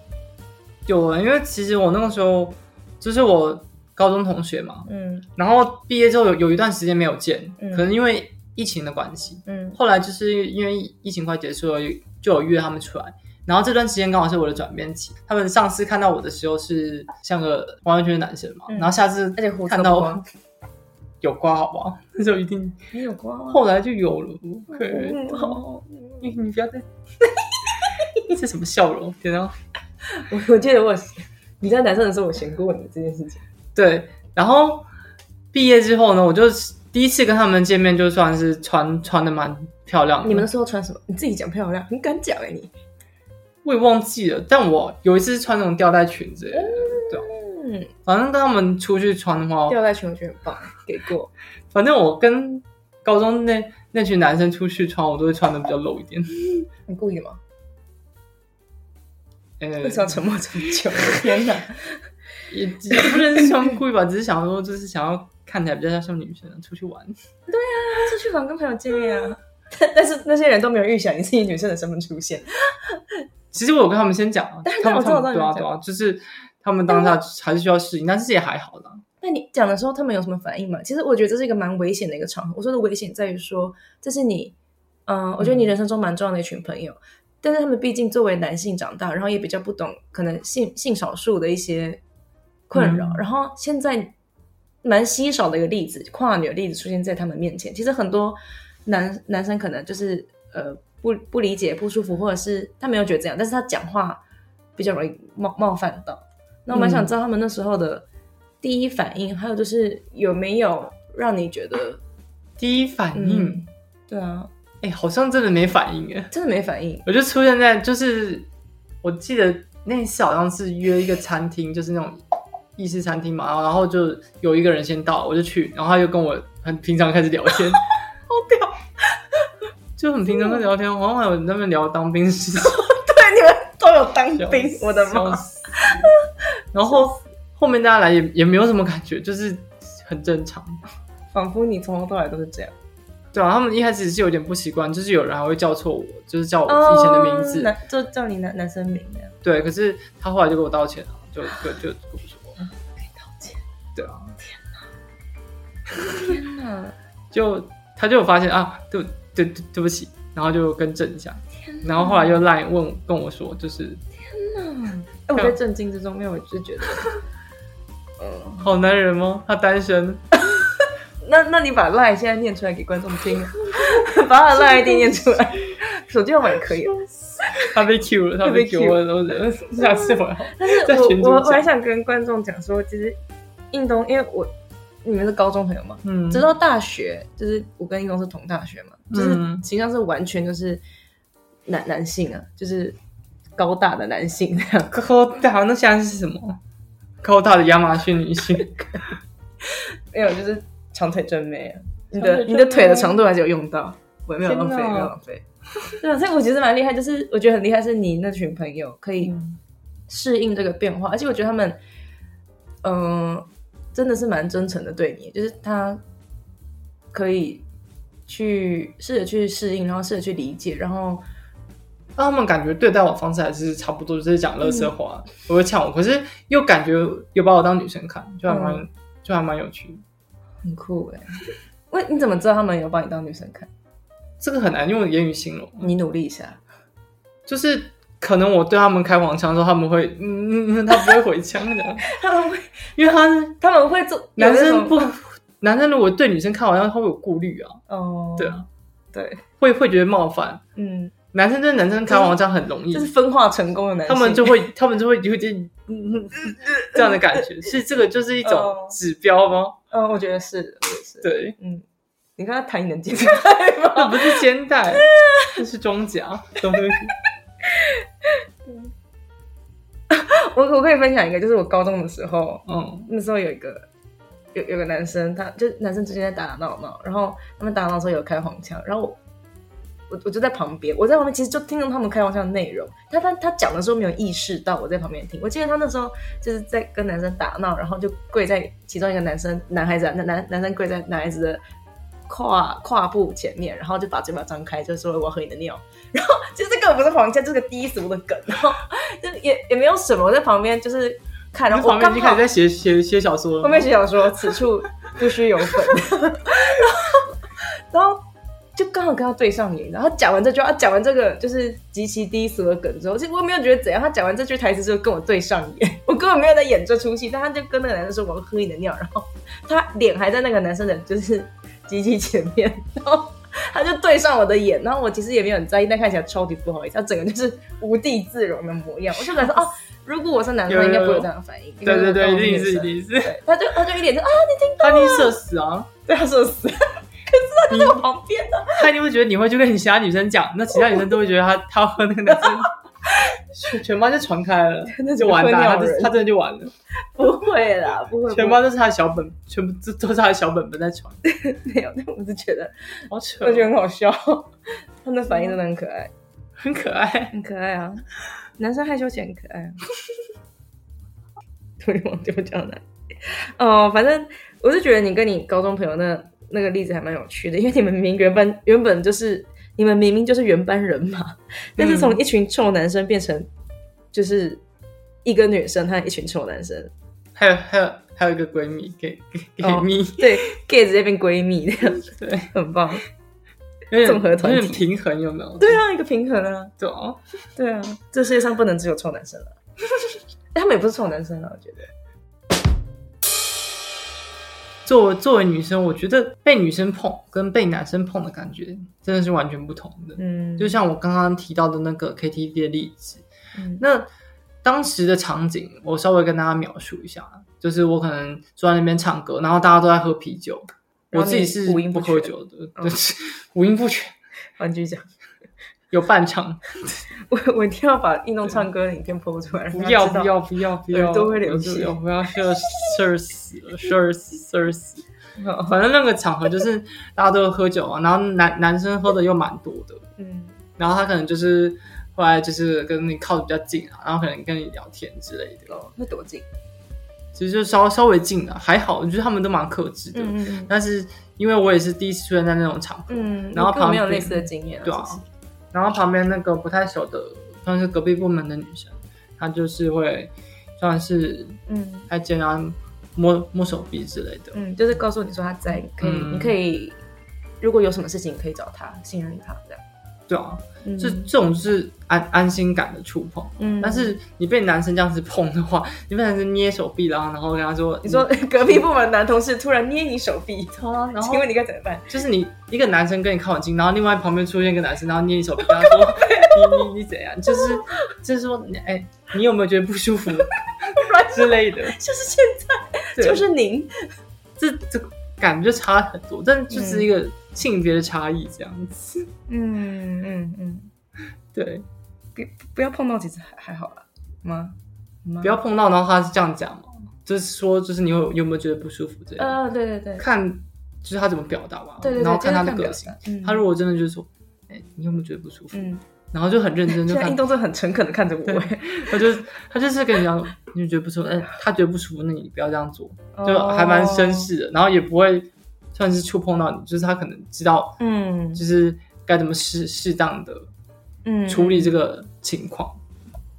Speaker 3: 有啊，因为其实我那个时候就是我高中同学嘛，
Speaker 4: 嗯
Speaker 3: 然后毕业之后有有一段时间没有见，
Speaker 4: 嗯
Speaker 3: 可能因为疫情的关系，
Speaker 4: 嗯
Speaker 3: 后来就是因为疫情快结束了，就有约他们出来。然后这段时间刚好是我的转变期，他们上次看到我的时候是像个完完全全的男生嘛，
Speaker 4: 嗯
Speaker 3: 然后下次
Speaker 4: 而且胡子
Speaker 3: 看到
Speaker 4: 刮
Speaker 3: 我有瓜好不好？那时候一定
Speaker 4: 你有光啊
Speaker 3: 后来就有了。可以
Speaker 4: 嗯好
Speaker 3: 你你不要再，这什么笑容？天啊！
Speaker 4: 我我记得我你在男生的时候，我嫌过你这件事情。
Speaker 3: 对，然后毕业之后呢，我就第一次跟他们见面，就算是穿穿的蛮漂亮的。
Speaker 4: 你们那时候穿什么？你自己讲漂亮，很敢讲哎、你。
Speaker 3: 我也忘记了，但我有一次是穿那种吊带裙子，对啊，
Speaker 4: 嗯，
Speaker 3: 反正跟他们出去穿的话，
Speaker 4: 吊带裙我觉得很棒，给过。
Speaker 3: 反正我跟高中那那群男生出去穿，我都会穿的比较露一点。
Speaker 4: 你故意的吗？
Speaker 3: 呃，
Speaker 4: 为什么要沉默这么久？ 天哪！
Speaker 3: 也也不认识穿故意吧，只是想说就是想要看起来比较像女生，啊出去玩。
Speaker 4: 出去玩跟朋友见面啊。但但是那些人都没有预想你自己女生的身份出现，
Speaker 3: 其实我有跟他们先讲啊，
Speaker 4: 但是
Speaker 3: 他们
Speaker 4: 我知道
Speaker 3: 他们
Speaker 4: 我知
Speaker 3: 对
Speaker 4: 道
Speaker 3: 啊
Speaker 4: 你
Speaker 3: 对啊，就是他们当下还是需要适应，但是也还好啦。
Speaker 4: 那你讲的时候，他们有什么反应吗？其实我觉得这是一个蛮危险的一个场合。我说的危险在于说，这是你，嗯、我觉得你人生中蛮重要的一群朋友，但是他们毕竟作为男性长大，然后也比较不懂可能性性少数的一些困扰，
Speaker 3: 嗯
Speaker 4: 然后现在蛮稀少的一个例子，跨女的例子出现在他们面前。其实很多男男生可能就是呃不不理解、不舒服，或者是他没有觉得这样，但是他讲话比较容易冒冒犯到。那我蛮想知道他们那时候的第一反应，还有就是有没有让你觉得，
Speaker 3: 第一反应，
Speaker 4: 嗯，对啊，
Speaker 3: 哎、好像真的没反应哎。
Speaker 4: 真的没反应，
Speaker 3: 我就出现在就是，我记得那一次好像是约一个餐厅，就是那种意式餐厅嘛，然后然后就有一个人先到，我就去，然后他就跟我很平常开始聊 天，好屌，就很平常在聊天，好像还有那边聊当兵的事情，
Speaker 4: 对，你们都有当
Speaker 3: 笑
Speaker 4: 兵，我的
Speaker 3: 笑
Speaker 4: 妈！
Speaker 3: 死然后后面大家来也也没有什么感觉，就是很正常。
Speaker 4: 仿佛你从头到尾都是这样。
Speaker 3: 对啊，他们一开始是有点不习惯，就是有人还会叫错我，就是叫我以前的名字
Speaker 4: 哦，男就叫你男男生名啊那样。
Speaker 3: 对，可是他后来就给我道歉了，就就就就不说。道歉。对啊，
Speaker 4: 天哪，
Speaker 3: 就他就有发现啊，对不对对对不起，然后就更正一下，然后后来又赖问我跟我说，就是
Speaker 4: 哎，我在震惊之中，因为我就觉得，
Speaker 3: 好男人吗？他单身，
Speaker 4: 那那你把赖现在念出来给观众听， 把他的赖 ID 念出 来，手机号码也可以啊。
Speaker 3: 他被 Q 了，他被 Q 了，我我下次 我要
Speaker 4: 但是
Speaker 3: 在群组
Speaker 4: 我我
Speaker 3: 讲
Speaker 4: 我还想跟观众讲说，其实印东，因为我你们是高中朋友嘛，
Speaker 3: 嗯，
Speaker 4: 直到大学，就是我跟印东是同大学嘛，就是
Speaker 3: 嗯
Speaker 4: 形象是完全就是男男性啊，就是高大的男性那样。
Speaker 3: 高大那现在是什么？高大的亚马逊女 性，
Speaker 4: 没有，就是长腿真美啊！你
Speaker 3: 长腿
Speaker 4: 的
Speaker 3: 真妹
Speaker 4: 你的腿的长度还是有用到，我也没有浪费，
Speaker 3: 天哪
Speaker 4: 没有浪费。 对啊，所以我觉得蛮厉害，就是我觉得很厉害，是你那群朋友可以
Speaker 3: 嗯
Speaker 4: 适应这个变化，而且我觉得他们，嗯、真的是蛮真诚的对你，就是他可以去试着去适应，然后试着去理解，然后
Speaker 3: 他们感觉对待我的方式还是差不多，就是讲乐色话，我会呛我，可是又感觉有把我当女生看，就还蛮、就还蛮有趣的。
Speaker 4: 很酷哎、喂，你怎么知道他们有把你当女生看？
Speaker 3: 这个很难用言语形容。
Speaker 4: 你努力一下，
Speaker 3: 就是可能我对他们开黄腔的时候，他们会嗯嗯，嗯他不会回腔的，
Speaker 4: 他们会
Speaker 3: 因为他是
Speaker 4: 他们会做
Speaker 3: 男生
Speaker 4: 有
Speaker 3: 不男生如果对女生开黄腔，他会有顾虑啊，
Speaker 4: 那种哦，
Speaker 3: 对啊，
Speaker 4: 对，
Speaker 3: 会会觉得冒犯。
Speaker 4: 嗯，
Speaker 3: 男生对男生开黄腔很容易
Speaker 4: 这，是分化成功的男性，
Speaker 3: 他们就会他们就会有点嗯嗯嗯这样的感觉，是这个就是一种
Speaker 4: 哦
Speaker 3: 指标吗？
Speaker 4: 嗯，我觉得是，我也是，
Speaker 3: 对，
Speaker 4: 嗯，你刚刚谈你能接待吗？
Speaker 3: 那不是肩带，这是中甲，懂不懂？
Speaker 4: 我我可以分享一个，就是我高中的时候，
Speaker 3: 嗯
Speaker 4: 那时候有一个有有个男生，他就男生之间在打打闹闹，然后他们打打闹的时候有开黄腔，然后我我我就在旁边，我在旁边其实就听到他们开黄腔的内容，但他他讲的时候没有意识到我在旁边听。我记得他那时候就是在跟男生打闹，然后就跪在其中一个男生男孩子啊男男男生跪在男孩子的。胯胯部前面，然后就把嘴巴张开，就说我要喝你的尿。 然后其实这个不是黄腔，这是个低俗的梗。然后就也也没有什么，我在旁边就是看，然
Speaker 3: 你
Speaker 4: 后我
Speaker 3: 旁边
Speaker 4: 刚
Speaker 3: 已经开
Speaker 4: 好
Speaker 3: 始在写写写小说了
Speaker 4: 后
Speaker 3: 吗
Speaker 4: 面，学长说此处不须有粉， 然后然后就刚好跟他对上眼，然后讲完这句话，他啊讲完这个就是极其低俗的梗之后，其实我也没有觉得怎样，他讲完这句台词之后跟我对上眼， 我根本没有在演这出戏，但他就跟那个男生说我要喝你的尿，然后他脸还在那个男生的就是机器前面， 然后。他就对上我的眼，然后我其实也没有很在意，但看起来超级不好意思。他整个就是无地自容的模样，我就感觉哦，如果我是男生，
Speaker 3: 有有
Speaker 4: 应该不会
Speaker 3: 有
Speaker 4: 有这样的反应。
Speaker 3: 对对对，
Speaker 4: 因为我
Speaker 3: 一
Speaker 4: 女
Speaker 3: 定是一
Speaker 4: 生
Speaker 3: 定是，
Speaker 4: 对，他就他就一脸就啊，你听
Speaker 3: 他一定社死啊！
Speaker 4: 对他说死，可 是他就在我旁边的，
Speaker 3: 他一定会觉得你会去跟其他女生讲，那其他女生都会觉得他他和那个男生全全班就传开了，
Speaker 4: 那
Speaker 3: 嗯就完蛋，
Speaker 4: 了
Speaker 3: 他，就他真的就完了，
Speaker 4: 不会啦，不会，
Speaker 3: 全
Speaker 4: 不会
Speaker 3: 班都是他的小本，全部都都是他的小本本在传，
Speaker 4: 没有，但我是觉得，
Speaker 3: 好扯哦
Speaker 4: 我，觉得很好笑，他们的反应真的很可爱，
Speaker 3: 很可爱。
Speaker 4: 很可爱啊，男生害羞起来很可爱啊，突然忘记我讲哪里，哦，反正我是觉得你跟你高中朋友那那个例子还蛮有趣的，因为你们明明原班原本就是你们明明就是原班人马，
Speaker 3: 嗯
Speaker 4: 但是从一群臭男生变成就是一个女生和一群臭男生，
Speaker 3: 还有还有还有一个闺蜜，给给给
Speaker 4: 哦
Speaker 3: 蜜，
Speaker 4: 对 gay 直接变闺蜜，这样子
Speaker 3: 对，
Speaker 4: 很棒，
Speaker 3: 有点
Speaker 4: 综合团体
Speaker 3: 有点平衡，有没有？
Speaker 4: 对啊，一个平衡啊，
Speaker 3: 对哦，
Speaker 4: 对啊，这世界上不能只有臭男生了、 他们也不是臭男生啊，我觉得。
Speaker 3: 作为作为女生，我觉得被女生碰跟被男生碰的感觉真的是完全不同的。
Speaker 4: 嗯，
Speaker 3: 就像我刚刚提到的那个 KTV 的例子，
Speaker 4: 嗯
Speaker 3: 那当时的场景，我稍微跟大家描述一下，就是我可能坐在那边唱歌，然后大家都在喝啤酒，
Speaker 4: 然
Speaker 3: 我
Speaker 4: 后
Speaker 3: 自
Speaker 4: 你
Speaker 3: 己是
Speaker 4: 五音
Speaker 3: 不
Speaker 4: 不
Speaker 3: 喝
Speaker 4: 全
Speaker 3: 酒的，
Speaker 4: 嗯
Speaker 3: 对， 五音不全，
Speaker 4: 好，你继续讲。
Speaker 3: 有半场，
Speaker 4: 我我一定要把运动唱歌的影片播出 来，
Speaker 3: 不
Speaker 4: 让大家
Speaker 3: 要
Speaker 4: 知道
Speaker 3: 不。要不要不要，
Speaker 4: 耳朵会流
Speaker 3: 我就
Speaker 4: 血
Speaker 3: 我要射射死了射死射死，
Speaker 4: 好
Speaker 3: 反正那个场合就是大家都喝酒啊，然后男男生喝的又蛮多的，
Speaker 4: 嗯
Speaker 3: 然后他可能就是后来就是跟你靠的比较近啊，然后可能跟你聊天之类的，
Speaker 4: 哦，会躲进。
Speaker 3: 其实就稍稍微近了、还好，我觉得他们都蛮克制的。
Speaker 4: 嗯
Speaker 3: 但是因为我也是第一次出现在那种场合，
Speaker 4: 嗯
Speaker 3: 然后
Speaker 4: 你根本没有
Speaker 3: 旁边
Speaker 4: 类似的经验啊，
Speaker 3: 对啊
Speaker 4: 其实
Speaker 3: 然后旁边那个不太熟的，算是隔壁部门的女生，她就是会算是
Speaker 4: 嗯
Speaker 3: 还经常摸摸手臂之类的。
Speaker 4: 嗯，就是告诉你说他在，你可以
Speaker 3: 嗯
Speaker 4: 你可以，如果有什么事情你可以找他，信任他这样。
Speaker 3: 对啊，
Speaker 4: 嗯
Speaker 3: 这这种就是安安心感的触碰。
Speaker 4: 嗯
Speaker 3: 但是你被男生这样子碰的话，你被男生捏手臂啦，然后跟他说，
Speaker 4: 你说啊隔壁部门男同事突然捏你手臂，
Speaker 3: 他，嗯然后
Speaker 4: 请问你该怎么办？
Speaker 3: 就是你一个男生跟你靠很近，然后另外旁边出现一个男生，然后捏你手臂，跟他 说你你你怎样？就是就是说，哎、你有没有觉得不 舒服之类的？
Speaker 4: 就是现在，
Speaker 3: 对
Speaker 4: 就是您。
Speaker 3: 这这个感觉就差很多，但就是一个性别的差异这样子。
Speaker 4: 嗯嗯嗯，
Speaker 3: 对，
Speaker 4: 不要碰到，其实还还好啦。吗？吗
Speaker 3: 不要。碰到，然后他是这样讲嘛，就是说，就是你有有没有觉得不舒服这样？
Speaker 4: 呃，对对对，
Speaker 3: 看就是他怎么表达吧，
Speaker 4: 对对对，
Speaker 3: 然后看他的
Speaker 4: 就是表
Speaker 3: 个
Speaker 4: 达
Speaker 3: 性。。
Speaker 4: 嗯
Speaker 3: 他如果真的就是说，哎、你有没有觉得不舒服？
Speaker 4: 嗯，
Speaker 3: 然后就很认真就
Speaker 4: 现在
Speaker 3: 看
Speaker 4: 运动真的很诚恳的看着
Speaker 3: 对
Speaker 4: 我，哎
Speaker 3: 他就是他就是跟你讲，你觉得不舒服，嗯，他觉得不舒服，那你不要这样做，
Speaker 4: 哦
Speaker 3: 就还蛮绅士的，然后也不会算是触碰到你，就是他可能知道
Speaker 4: 嗯
Speaker 3: 就是该怎么适适当的
Speaker 4: 嗯
Speaker 3: 处理这个情况、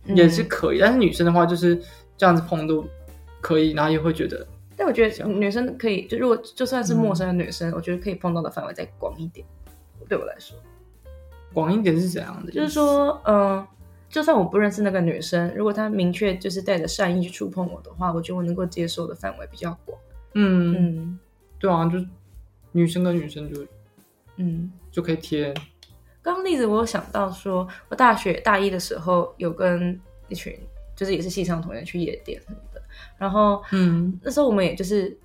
Speaker 3: 也是。可以，但是女生的话就是这样子碰都可以，然后也会觉得
Speaker 4: 但我觉得女生可以，就如果
Speaker 3: 嗯嗯
Speaker 4: 就算是陌生的女生，我觉得可以碰到的范围再广一点。对我来说，
Speaker 3: 广一点是怎样的意思？
Speaker 4: 就是说，嗯、就算我不认识那个女生，如果她明确就是带着善意去触碰我的话，我觉得我能够接受的范围比较广。
Speaker 3: 嗯，
Speaker 4: 嗯
Speaker 3: 对啊，就是女生跟女生就
Speaker 4: 嗯。
Speaker 3: 就可以贴，
Speaker 4: 刚刚例子我有想到说，我大学大一的时候有跟一群就是也是系上同学去夜店什么的，然后
Speaker 3: 嗯
Speaker 4: 那时候我们也就是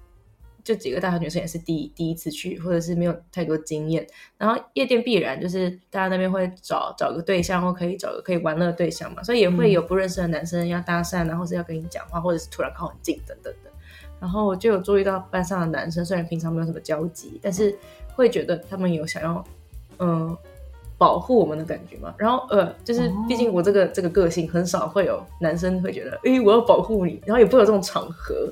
Speaker 4: 就几个大学女生也是第一第一次去，或者是没有太多经验。然后夜店必然就是大家那边会找找个对象，或可以找个可以玩乐的对象嘛，所以也会有不认识的男生要搭讪啊，然后是要跟你讲话，或者是突然靠很近等等的。然后我就有注意到班上的男生，虽然平常没有什么交集，但是会觉得他们有想要嗯、呃保护我们的感觉嘛。然后呃，就是
Speaker 3: 哦
Speaker 4: 毕竟我这个、这个个性很少会有男生会觉得，诶，我要保护你，然后也不会有这种场合，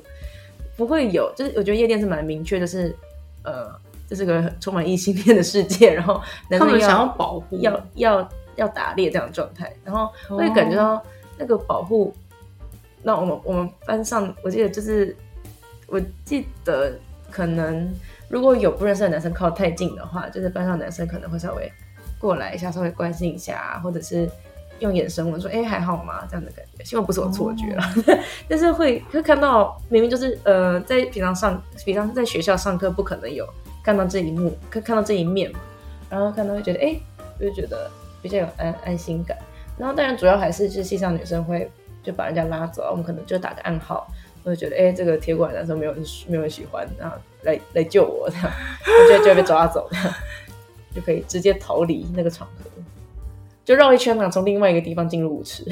Speaker 4: 不会有，就是我觉得夜店是蛮明确的是，呃，这是个充满异性恋的世界，然后男
Speaker 3: 他
Speaker 4: 生
Speaker 3: 们
Speaker 4: 要
Speaker 3: 想要保护，
Speaker 4: 要要要打猎这样的状态，然后会感觉到那个保护。那我们我们班上，我记得就是，我记得可能如果有不认识的男生靠太近的话，就是班上男生可能会稍微过来一下，稍微关心一下，啊或者是用眼神问说：“哎、还好吗？”这样的感觉，希望不是我错觉了。 但是会会看到，明明就是呃，在平常上平常在学校上课不可能有看到这一幕，看看到这一面嘛，然后看到会觉得哎、诶就觉得比较有安安心感。然后当然主要还是就是系上女生会就把人家拉走啊，我们可能就打个暗号，我就觉得哎、诶这个铁拐男生没有人没有人喜欢，然后来来救我这样，我就就会被抓走这样，就可以直接逃离那个场合，就绕一圈嘛，从另外一个地方进入舞池。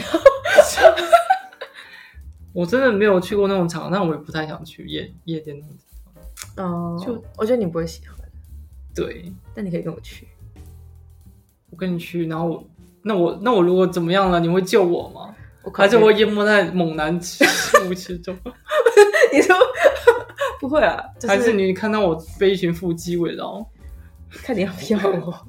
Speaker 3: 我真的没有去过那种场，但我也不太想去夜夜店那种。
Speaker 4: 哦
Speaker 2: 就
Speaker 4: 就我觉得你不会喜欢，
Speaker 3: 对，
Speaker 4: 但你可以跟我去。
Speaker 3: 我跟你去，然后我那我那我如果怎么样了，你会救我吗？
Speaker 4: 我
Speaker 3: 还是我淹没在猛男之舞池中？
Speaker 4: 你说 不会啊， 就
Speaker 3: 还是
Speaker 4: 是
Speaker 3: 你看到我被一群腹肌围绕？
Speaker 4: 看你要不要我。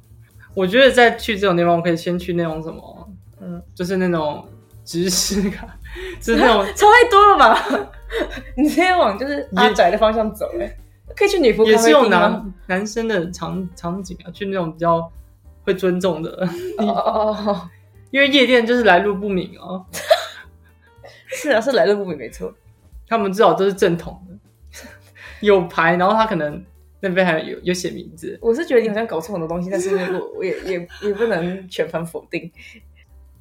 Speaker 3: 我觉得在去这种地方，我可以先去那种什么，
Speaker 4: 嗯，
Speaker 3: 就是那种知识卡， 就是 那种
Speaker 4: 差太多 了吧？你直接往就是阿宅的方向走、欸，可以去女仆
Speaker 3: 也
Speaker 4: 咖
Speaker 3: 是
Speaker 4: 啡
Speaker 3: 有
Speaker 4: 厅啊吗？
Speaker 3: 男男生的场场景啊，去那种比较会尊重的，
Speaker 4: 哦哦哦
Speaker 3: 嗯
Speaker 4: 哦，
Speaker 3: 因为夜店就是来路不明啊，
Speaker 4: 是啊，是来路不明，没错。
Speaker 3: 他们至少都是正统的， 有牌，然后他可能那边还有有写名字，
Speaker 4: 我是觉得你好像搞错很多东西，但是 我我也也也不能全盘否定。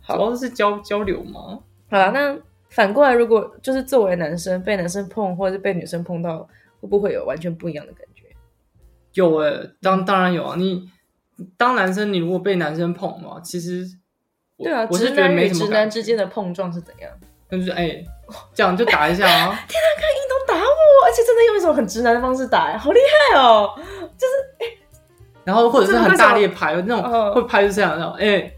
Speaker 3: 主
Speaker 4: 好
Speaker 3: 要是交交流嘛，
Speaker 4: 好了，那反过来，如果就是作为男生被男生碰，或者是被女生碰到，会不会有完全不一样的感觉？
Speaker 3: 有诶、当当然有啊，你当男生你如果被男生碰嘛，其实我
Speaker 4: 对啊，
Speaker 3: 我是
Speaker 4: 直
Speaker 3: 觉得
Speaker 4: 男
Speaker 3: 没
Speaker 4: 与
Speaker 3: 什
Speaker 4: 直
Speaker 3: 么
Speaker 4: 男
Speaker 3: 感
Speaker 4: 之
Speaker 3: 觉，
Speaker 4: 间的碰撞是怎样？
Speaker 3: 但就是哎、这样就打一下 啊。
Speaker 4: 你都打我，而且真的用一种很直男的方式打、好厉害哦！
Speaker 3: 然后或者是很大力拍，有那
Speaker 4: 嗯
Speaker 3: 种会拍就这样，然后哎，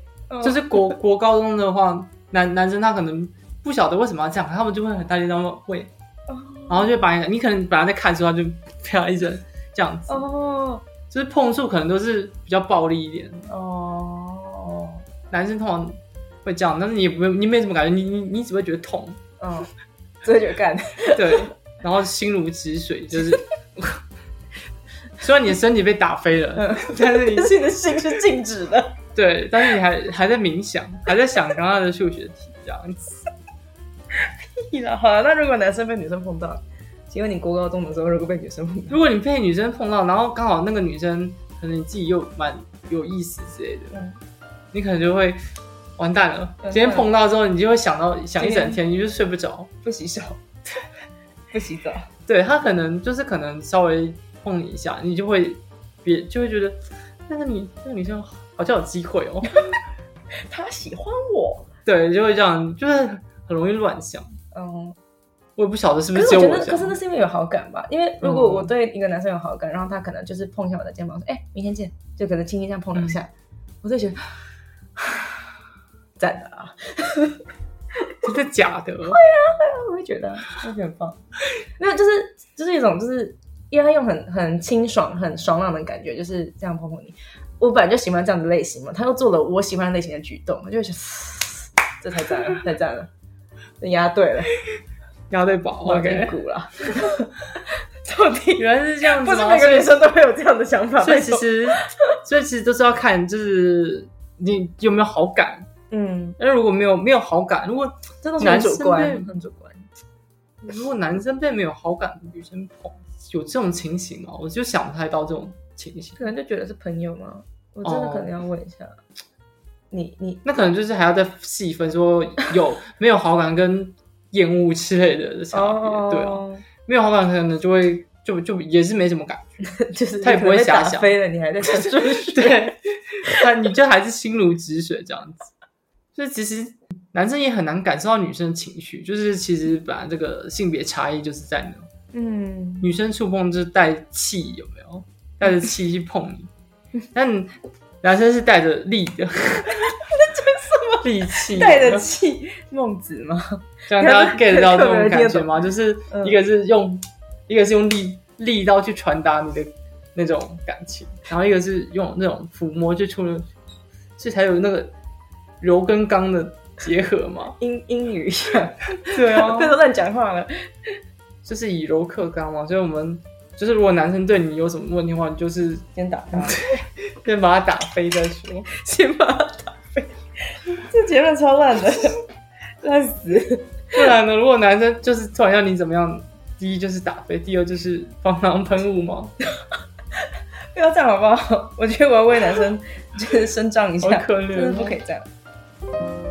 Speaker 3: 就是国国高中的话，男男生他可能不晓得为什么要这样，他们就会很大力然后喂，
Speaker 4: 哦
Speaker 3: 然后就把你你可能本来在看书，他就啪一声这样子，
Speaker 4: 哦
Speaker 3: 就是碰触可能都是比较暴力一点，
Speaker 4: 哦
Speaker 3: 男生通常会这样，但是你也不会你没什么感觉，你你你只会觉得痛，
Speaker 4: 嗯，所以就干。
Speaker 3: 对，然后心如止水，就是 虽然你的身体被打飞了，嗯但是你
Speaker 4: 可是你的心是静止的。
Speaker 3: 对，但是你还还在冥想，还在想刚刚的数学题这样子。
Speaker 4: 好了，那如果男生被女生碰到，请问你国高中的时候如果被女生碰到，
Speaker 3: 如果你被女生碰到，然后刚好那个女生可能你自己又蛮有意思之类的，
Speaker 4: 嗯
Speaker 3: 你可能就会完蛋了。
Speaker 4: 蛋
Speaker 3: 今
Speaker 4: 了
Speaker 3: 天碰到之后，你就会想到想一整
Speaker 4: 今
Speaker 3: 天，你就睡不着。
Speaker 4: 不洗手， 不洗澡，
Speaker 3: 对她可能就是可能稍微碰你一下，你就会别就会觉得那个女那个女生好像有机会哦。
Speaker 4: 他喜欢我。
Speaker 3: 对，就会这样，就是很容易乱想。
Speaker 4: 嗯，
Speaker 3: 我也不晓得是不
Speaker 4: 可
Speaker 3: 是只
Speaker 4: 是
Speaker 3: 有
Speaker 4: 我觉
Speaker 3: 我
Speaker 4: 得，
Speaker 3: 这
Speaker 4: 可是那
Speaker 3: 样。
Speaker 4: 是因为有好感吧？因为如果
Speaker 3: 嗯
Speaker 4: 我对一个男生有好感，然后他可能就是碰一下我的肩膀，说：“哎、明天见。”就可能轻轻这样碰两下，我就觉得 赞的啊，
Speaker 3: 真的假的？
Speaker 4: 我会觉得会觉得很棒。没有，就是就是一种就是，因为他用很很清爽、很爽朗的感觉，就是这样碰碰你。我本来就喜欢这样的类型嘛，他又做了我喜欢的类型的举动，我就会觉得这太赞了，太赞了，这押对了，
Speaker 3: 压对宝
Speaker 4: 我给你
Speaker 3: ，OK。
Speaker 4: 鼓了。到底
Speaker 3: 原来是这样子
Speaker 4: 不
Speaker 3: 吗，
Speaker 4: 是每个女生都会有这样的想法，
Speaker 3: 所以所以
Speaker 4: 拜
Speaker 3: 其
Speaker 4: 托
Speaker 3: 实，所以其实都是要看，就是你有没有好感？
Speaker 4: 嗯，
Speaker 3: 但是如果没有没有好感，如果
Speaker 4: 这都是
Speaker 3: 男
Speaker 4: 很
Speaker 3: 生
Speaker 4: 主观，
Speaker 3: 被
Speaker 4: 很主观。
Speaker 3: 如果男生被没有好感的女生捧，有这种情形吗？我就想不太到这种情形。
Speaker 4: 可能就觉得是朋友吗？我真的
Speaker 3: 哦
Speaker 4: 可能要问一下，你你
Speaker 3: 那可能就是还要再细分，说有没有好感跟厌恶之类的差别。对啊，
Speaker 4: 哦，
Speaker 3: 没有好感可能就会就就也是没什么感觉。
Speaker 4: 就是
Speaker 3: 他也
Speaker 4: 你
Speaker 3: 不
Speaker 4: 可能
Speaker 3: 会
Speaker 4: 被
Speaker 3: 遐
Speaker 4: 打
Speaker 3: 想
Speaker 4: 飞了，你还在想 追
Speaker 3: 对，但你就还是心如止水这样子。所以其实男生也很难感受到女生的情绪，就是其实本来这个性别差异就是在那，
Speaker 4: 嗯，
Speaker 3: 女生触碰就是带气，有没有？带着气去碰你，但男生是带着力 的，那就是什么力气？
Speaker 4: 带着气，孟子吗？
Speaker 3: 这样大家 get 到这
Speaker 4: 有
Speaker 3: 种
Speaker 4: 人听
Speaker 3: 感
Speaker 4: 得
Speaker 3: 觉
Speaker 4: 懂
Speaker 3: 吗？就是
Speaker 4: 嗯。
Speaker 3: 一个是用，一个是用力力道去传达你的那种感情，然后一个是用那种抚摸去触，这才有那个柔跟刚的结合嘛
Speaker 4: 英英语一下，
Speaker 3: 对 啊
Speaker 4: 不，要乱讲话了。
Speaker 3: 就是以柔克刚嘛。所以我们就是如果男生对你有什么问题的话，你就是
Speaker 4: 先打 他，
Speaker 3: 先把他打飞再说。
Speaker 4: 先把他打飞。 这结论超烂的，烂死。
Speaker 3: 不然呢，如果男生就是突然要你怎么样，第一就是打飞，第二就是防狼喷雾嘛，
Speaker 4: 不要这样好不好？ 我觉得我要为男生就是伸张一下，
Speaker 3: 好可怜哦
Speaker 4: 真的不可以这样。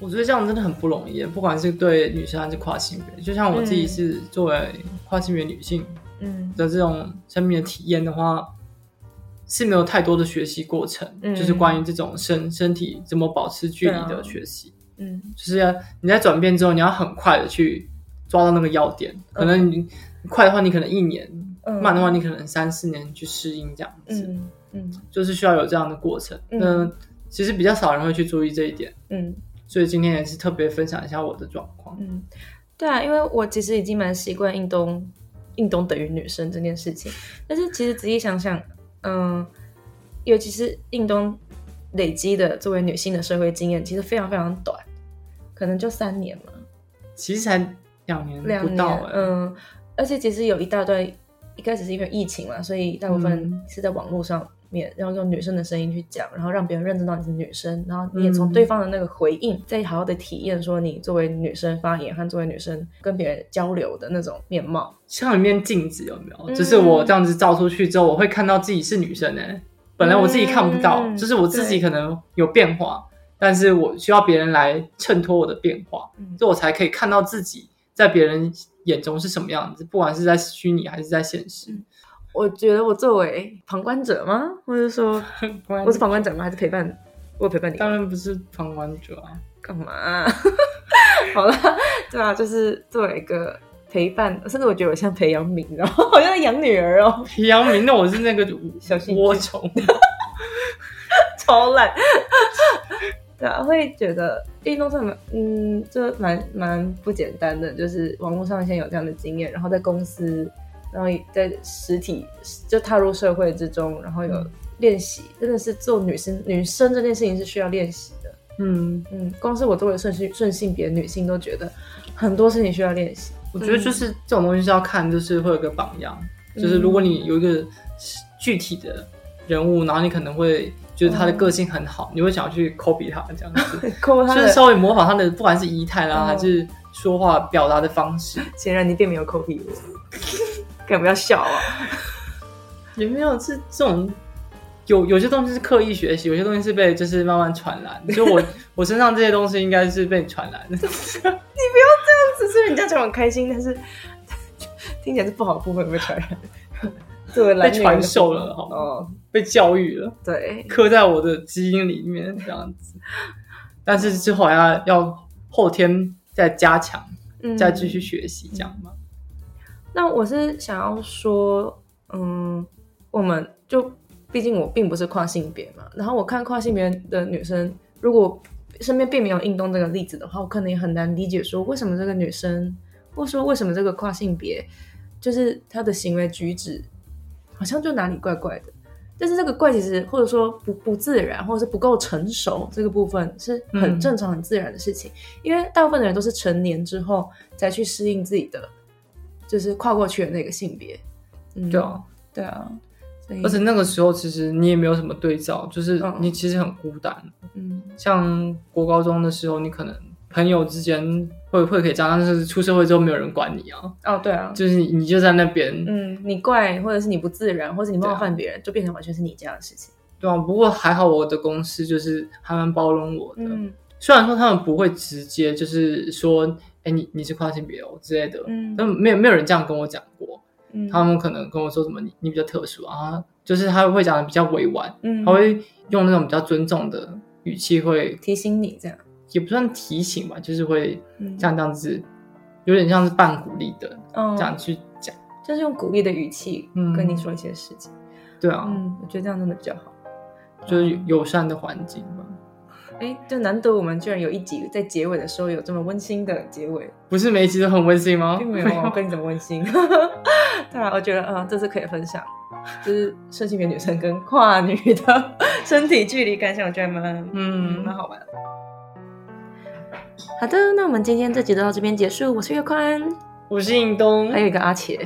Speaker 3: 我觉得这样真的很不容易，不管是对女生还是跨性别，就像我自己是作为跨性别女性
Speaker 4: 嗯
Speaker 3: 的这种生命的体验的话，是没有太多的学习过程，
Speaker 4: 嗯
Speaker 3: 就是关于这种身身体怎么保持距离
Speaker 4: 对啊
Speaker 3: 的学习，
Speaker 4: 嗯
Speaker 3: 就是要你在转变之后，你要很快的去抓到那个要点，可能你、快的话，你可能一年；
Speaker 4: 嗯
Speaker 3: 慢的话，你可能三四年去适应这样子，
Speaker 4: 嗯嗯
Speaker 3: 就是需要有这样的过程。
Speaker 4: 嗯
Speaker 3: 那其实比较少人会去注意这一点。
Speaker 4: 嗯
Speaker 3: 所以今天也是特别分享一下我的状况。
Speaker 4: 嗯，对啊，因为我其实已经蛮习惯运动，运动等于女生这件事情。但是其实仔细想想，嗯，尤其是运动累积的作为女性的社会经验，其实非常非常短，可能就三年嘛。
Speaker 3: 其实才两年
Speaker 4: 两
Speaker 3: 不
Speaker 4: 年，
Speaker 3: 到、欸，
Speaker 4: 嗯，而且其实有一大段，一开始是因为疫情嘛，所以大部分
Speaker 3: 嗯
Speaker 4: 是在网络上面，然后用女生的声音去讲，然后让别人认识到你是女生，然后你也从
Speaker 3: 嗯
Speaker 4: 对方的那个回应，再好好的体验说你作为女生发言和作为女生跟别人交流的那种面貌。
Speaker 3: 像一面镜子有没有？
Speaker 4: 嗯
Speaker 3: 就是我这样子照出去之后，我会看到自己是女生哎、本来我自己看不到，
Speaker 4: 嗯
Speaker 3: 就是我自己
Speaker 4: 对
Speaker 3: 可能有变化，但是我需要别人来衬托我的变化，
Speaker 4: 嗯
Speaker 3: 所以我才可以看到自己在别人眼中是什么样子，不管是在虚拟还是在现实。
Speaker 4: 我觉得我作为旁观者吗？嗯或者 说我是旁观者吗？还是陪伴？我有陪伴你吗
Speaker 3: 当然不是旁观者啊，
Speaker 4: 干嘛、 好了，对啊，就是作为一个陪伴，甚至我觉得我像培养皿， 然后好像在养女儿哦，
Speaker 3: 杨明，那我是那个
Speaker 4: 小心
Speaker 3: 窝虫。
Speaker 4: 超懒。对啊，会觉得运动上蛮，嗯，这蛮蛮不简单的，就是网络上先有这样的经验，然后在公司，然后在实体就踏入社会之中，然后
Speaker 3: 嗯
Speaker 4: 有练习，真的是做女生女生这件事情是需要练习的。
Speaker 3: 嗯，
Speaker 4: 嗯，光是我作为顺性顺性别女性都觉得很多事情需要练习。
Speaker 3: 我觉得就是这种东西是要看，就是会有个榜样，就是如果你有一个具体的人物，然后你可能会觉得他的个性很好，你会想要去 copy 他这 样子，
Speaker 4: 扣他
Speaker 3: 就
Speaker 4: 的
Speaker 3: 是稍微模仿他的，不管是仪态啦，
Speaker 4: 嗯
Speaker 3: 还是说话表达的方式，
Speaker 4: 显然你并没有 copy 我， 干嘛要笑啊？
Speaker 3: 也没有这这种。有有些东西是刻意学习，有些东西是被就是慢慢传染。就 我我身上这些东西应该是被传染 的。
Speaker 4: 只是人家讲我开心，但是 听起来是不好的部分被传染， 作为蓝
Speaker 3: 被
Speaker 4: 领
Speaker 3: 传授了好吗
Speaker 4: 哦，
Speaker 3: 被教育了，
Speaker 4: 对，
Speaker 3: 刻在我的基因里面这样子。但是之后还要要后天再加强，
Speaker 4: 嗯
Speaker 3: 再继续。学习这样嘛。
Speaker 4: 那我是想要说，嗯，我们就毕竟我并不是跨性别嘛，然后我看跨性别的女生，如果身边并没有运动这个例子的话，我可能也很难理解说为什么这个女生，或说为什么这个跨性别，就是她的行为举止好像就哪里怪怪的。但是这个怪其实或者说不不自然，或者是不够成熟这个部分是很
Speaker 3: 嗯
Speaker 4: 正常、很自然的事情，因为大部分的人都是成年之后才去适应自己的
Speaker 2: 就是跨过去的那个性别。嗯，
Speaker 3: 对啊，
Speaker 2: 对啊，所以
Speaker 3: 而且那个时候其实你也没有什么对照，就是
Speaker 2: 嗯
Speaker 3: 你其实很孤单。
Speaker 2: 嗯，
Speaker 3: 像国高中的时候，你可能朋友之间会会可以这样，但是出社会之后没有人管你啊，
Speaker 2: 嗯
Speaker 4: 哦，对啊，
Speaker 3: 就是你你就在那边，
Speaker 4: 嗯，你怪，或者是你不自然，或者你
Speaker 3: 对啊
Speaker 4: 冒犯别人，就变成完全是你这样的事情。
Speaker 3: 对啊。不过还好我的公司就是还蛮包容我的，，
Speaker 2: 嗯
Speaker 4: 嗯
Speaker 3: 虽然说他们不会直接就是说，哎、你你是跨性别哦之类的，
Speaker 4: 嗯
Speaker 3: 但没有没有人这样跟我讲过，
Speaker 4: 嗯
Speaker 3: 他们可能跟我说什么你你比较特殊啊，就是他会讲的比较委婉，
Speaker 4: 嗯
Speaker 3: 他会用那种比较尊重的语气会
Speaker 4: 提醒你这样，
Speaker 3: 也不算提醒吧，就是会
Speaker 4: 嗯
Speaker 3: 嗯像这样子，有点像是半鼓励的
Speaker 4: 嗯
Speaker 3: 这样去讲。
Speaker 4: 就是用鼓励的语气
Speaker 3: 嗯
Speaker 4: 跟你说一些事情。
Speaker 3: 对啊，
Speaker 4: 嗯，我觉得这样真的比较好。
Speaker 3: 就是友善的环境吧，
Speaker 4: 哎，就难得我们居然有一集在结尾的时候有这么温馨的结尾，
Speaker 3: 不是每一集都很温馨吗？
Speaker 4: 并没有啊我跟你怎么温馨。 当然，我觉得啊、这次可以分享，就是顺性别女生跟跨女的身体距离感想，我觉得还蛮
Speaker 3: 嗯
Speaker 4: 蛮好玩的。好的，那我们今天这集就到这边结束。我是月宽，
Speaker 3: 我是尹东啊
Speaker 4: 还，有一个阿茄，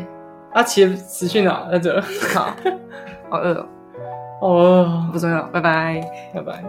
Speaker 3: 阿奇的死去哪在这？
Speaker 4: 好好饿、哦，
Speaker 3: 哦
Speaker 4: 不，重要，拜拜。
Speaker 3: 拜拜。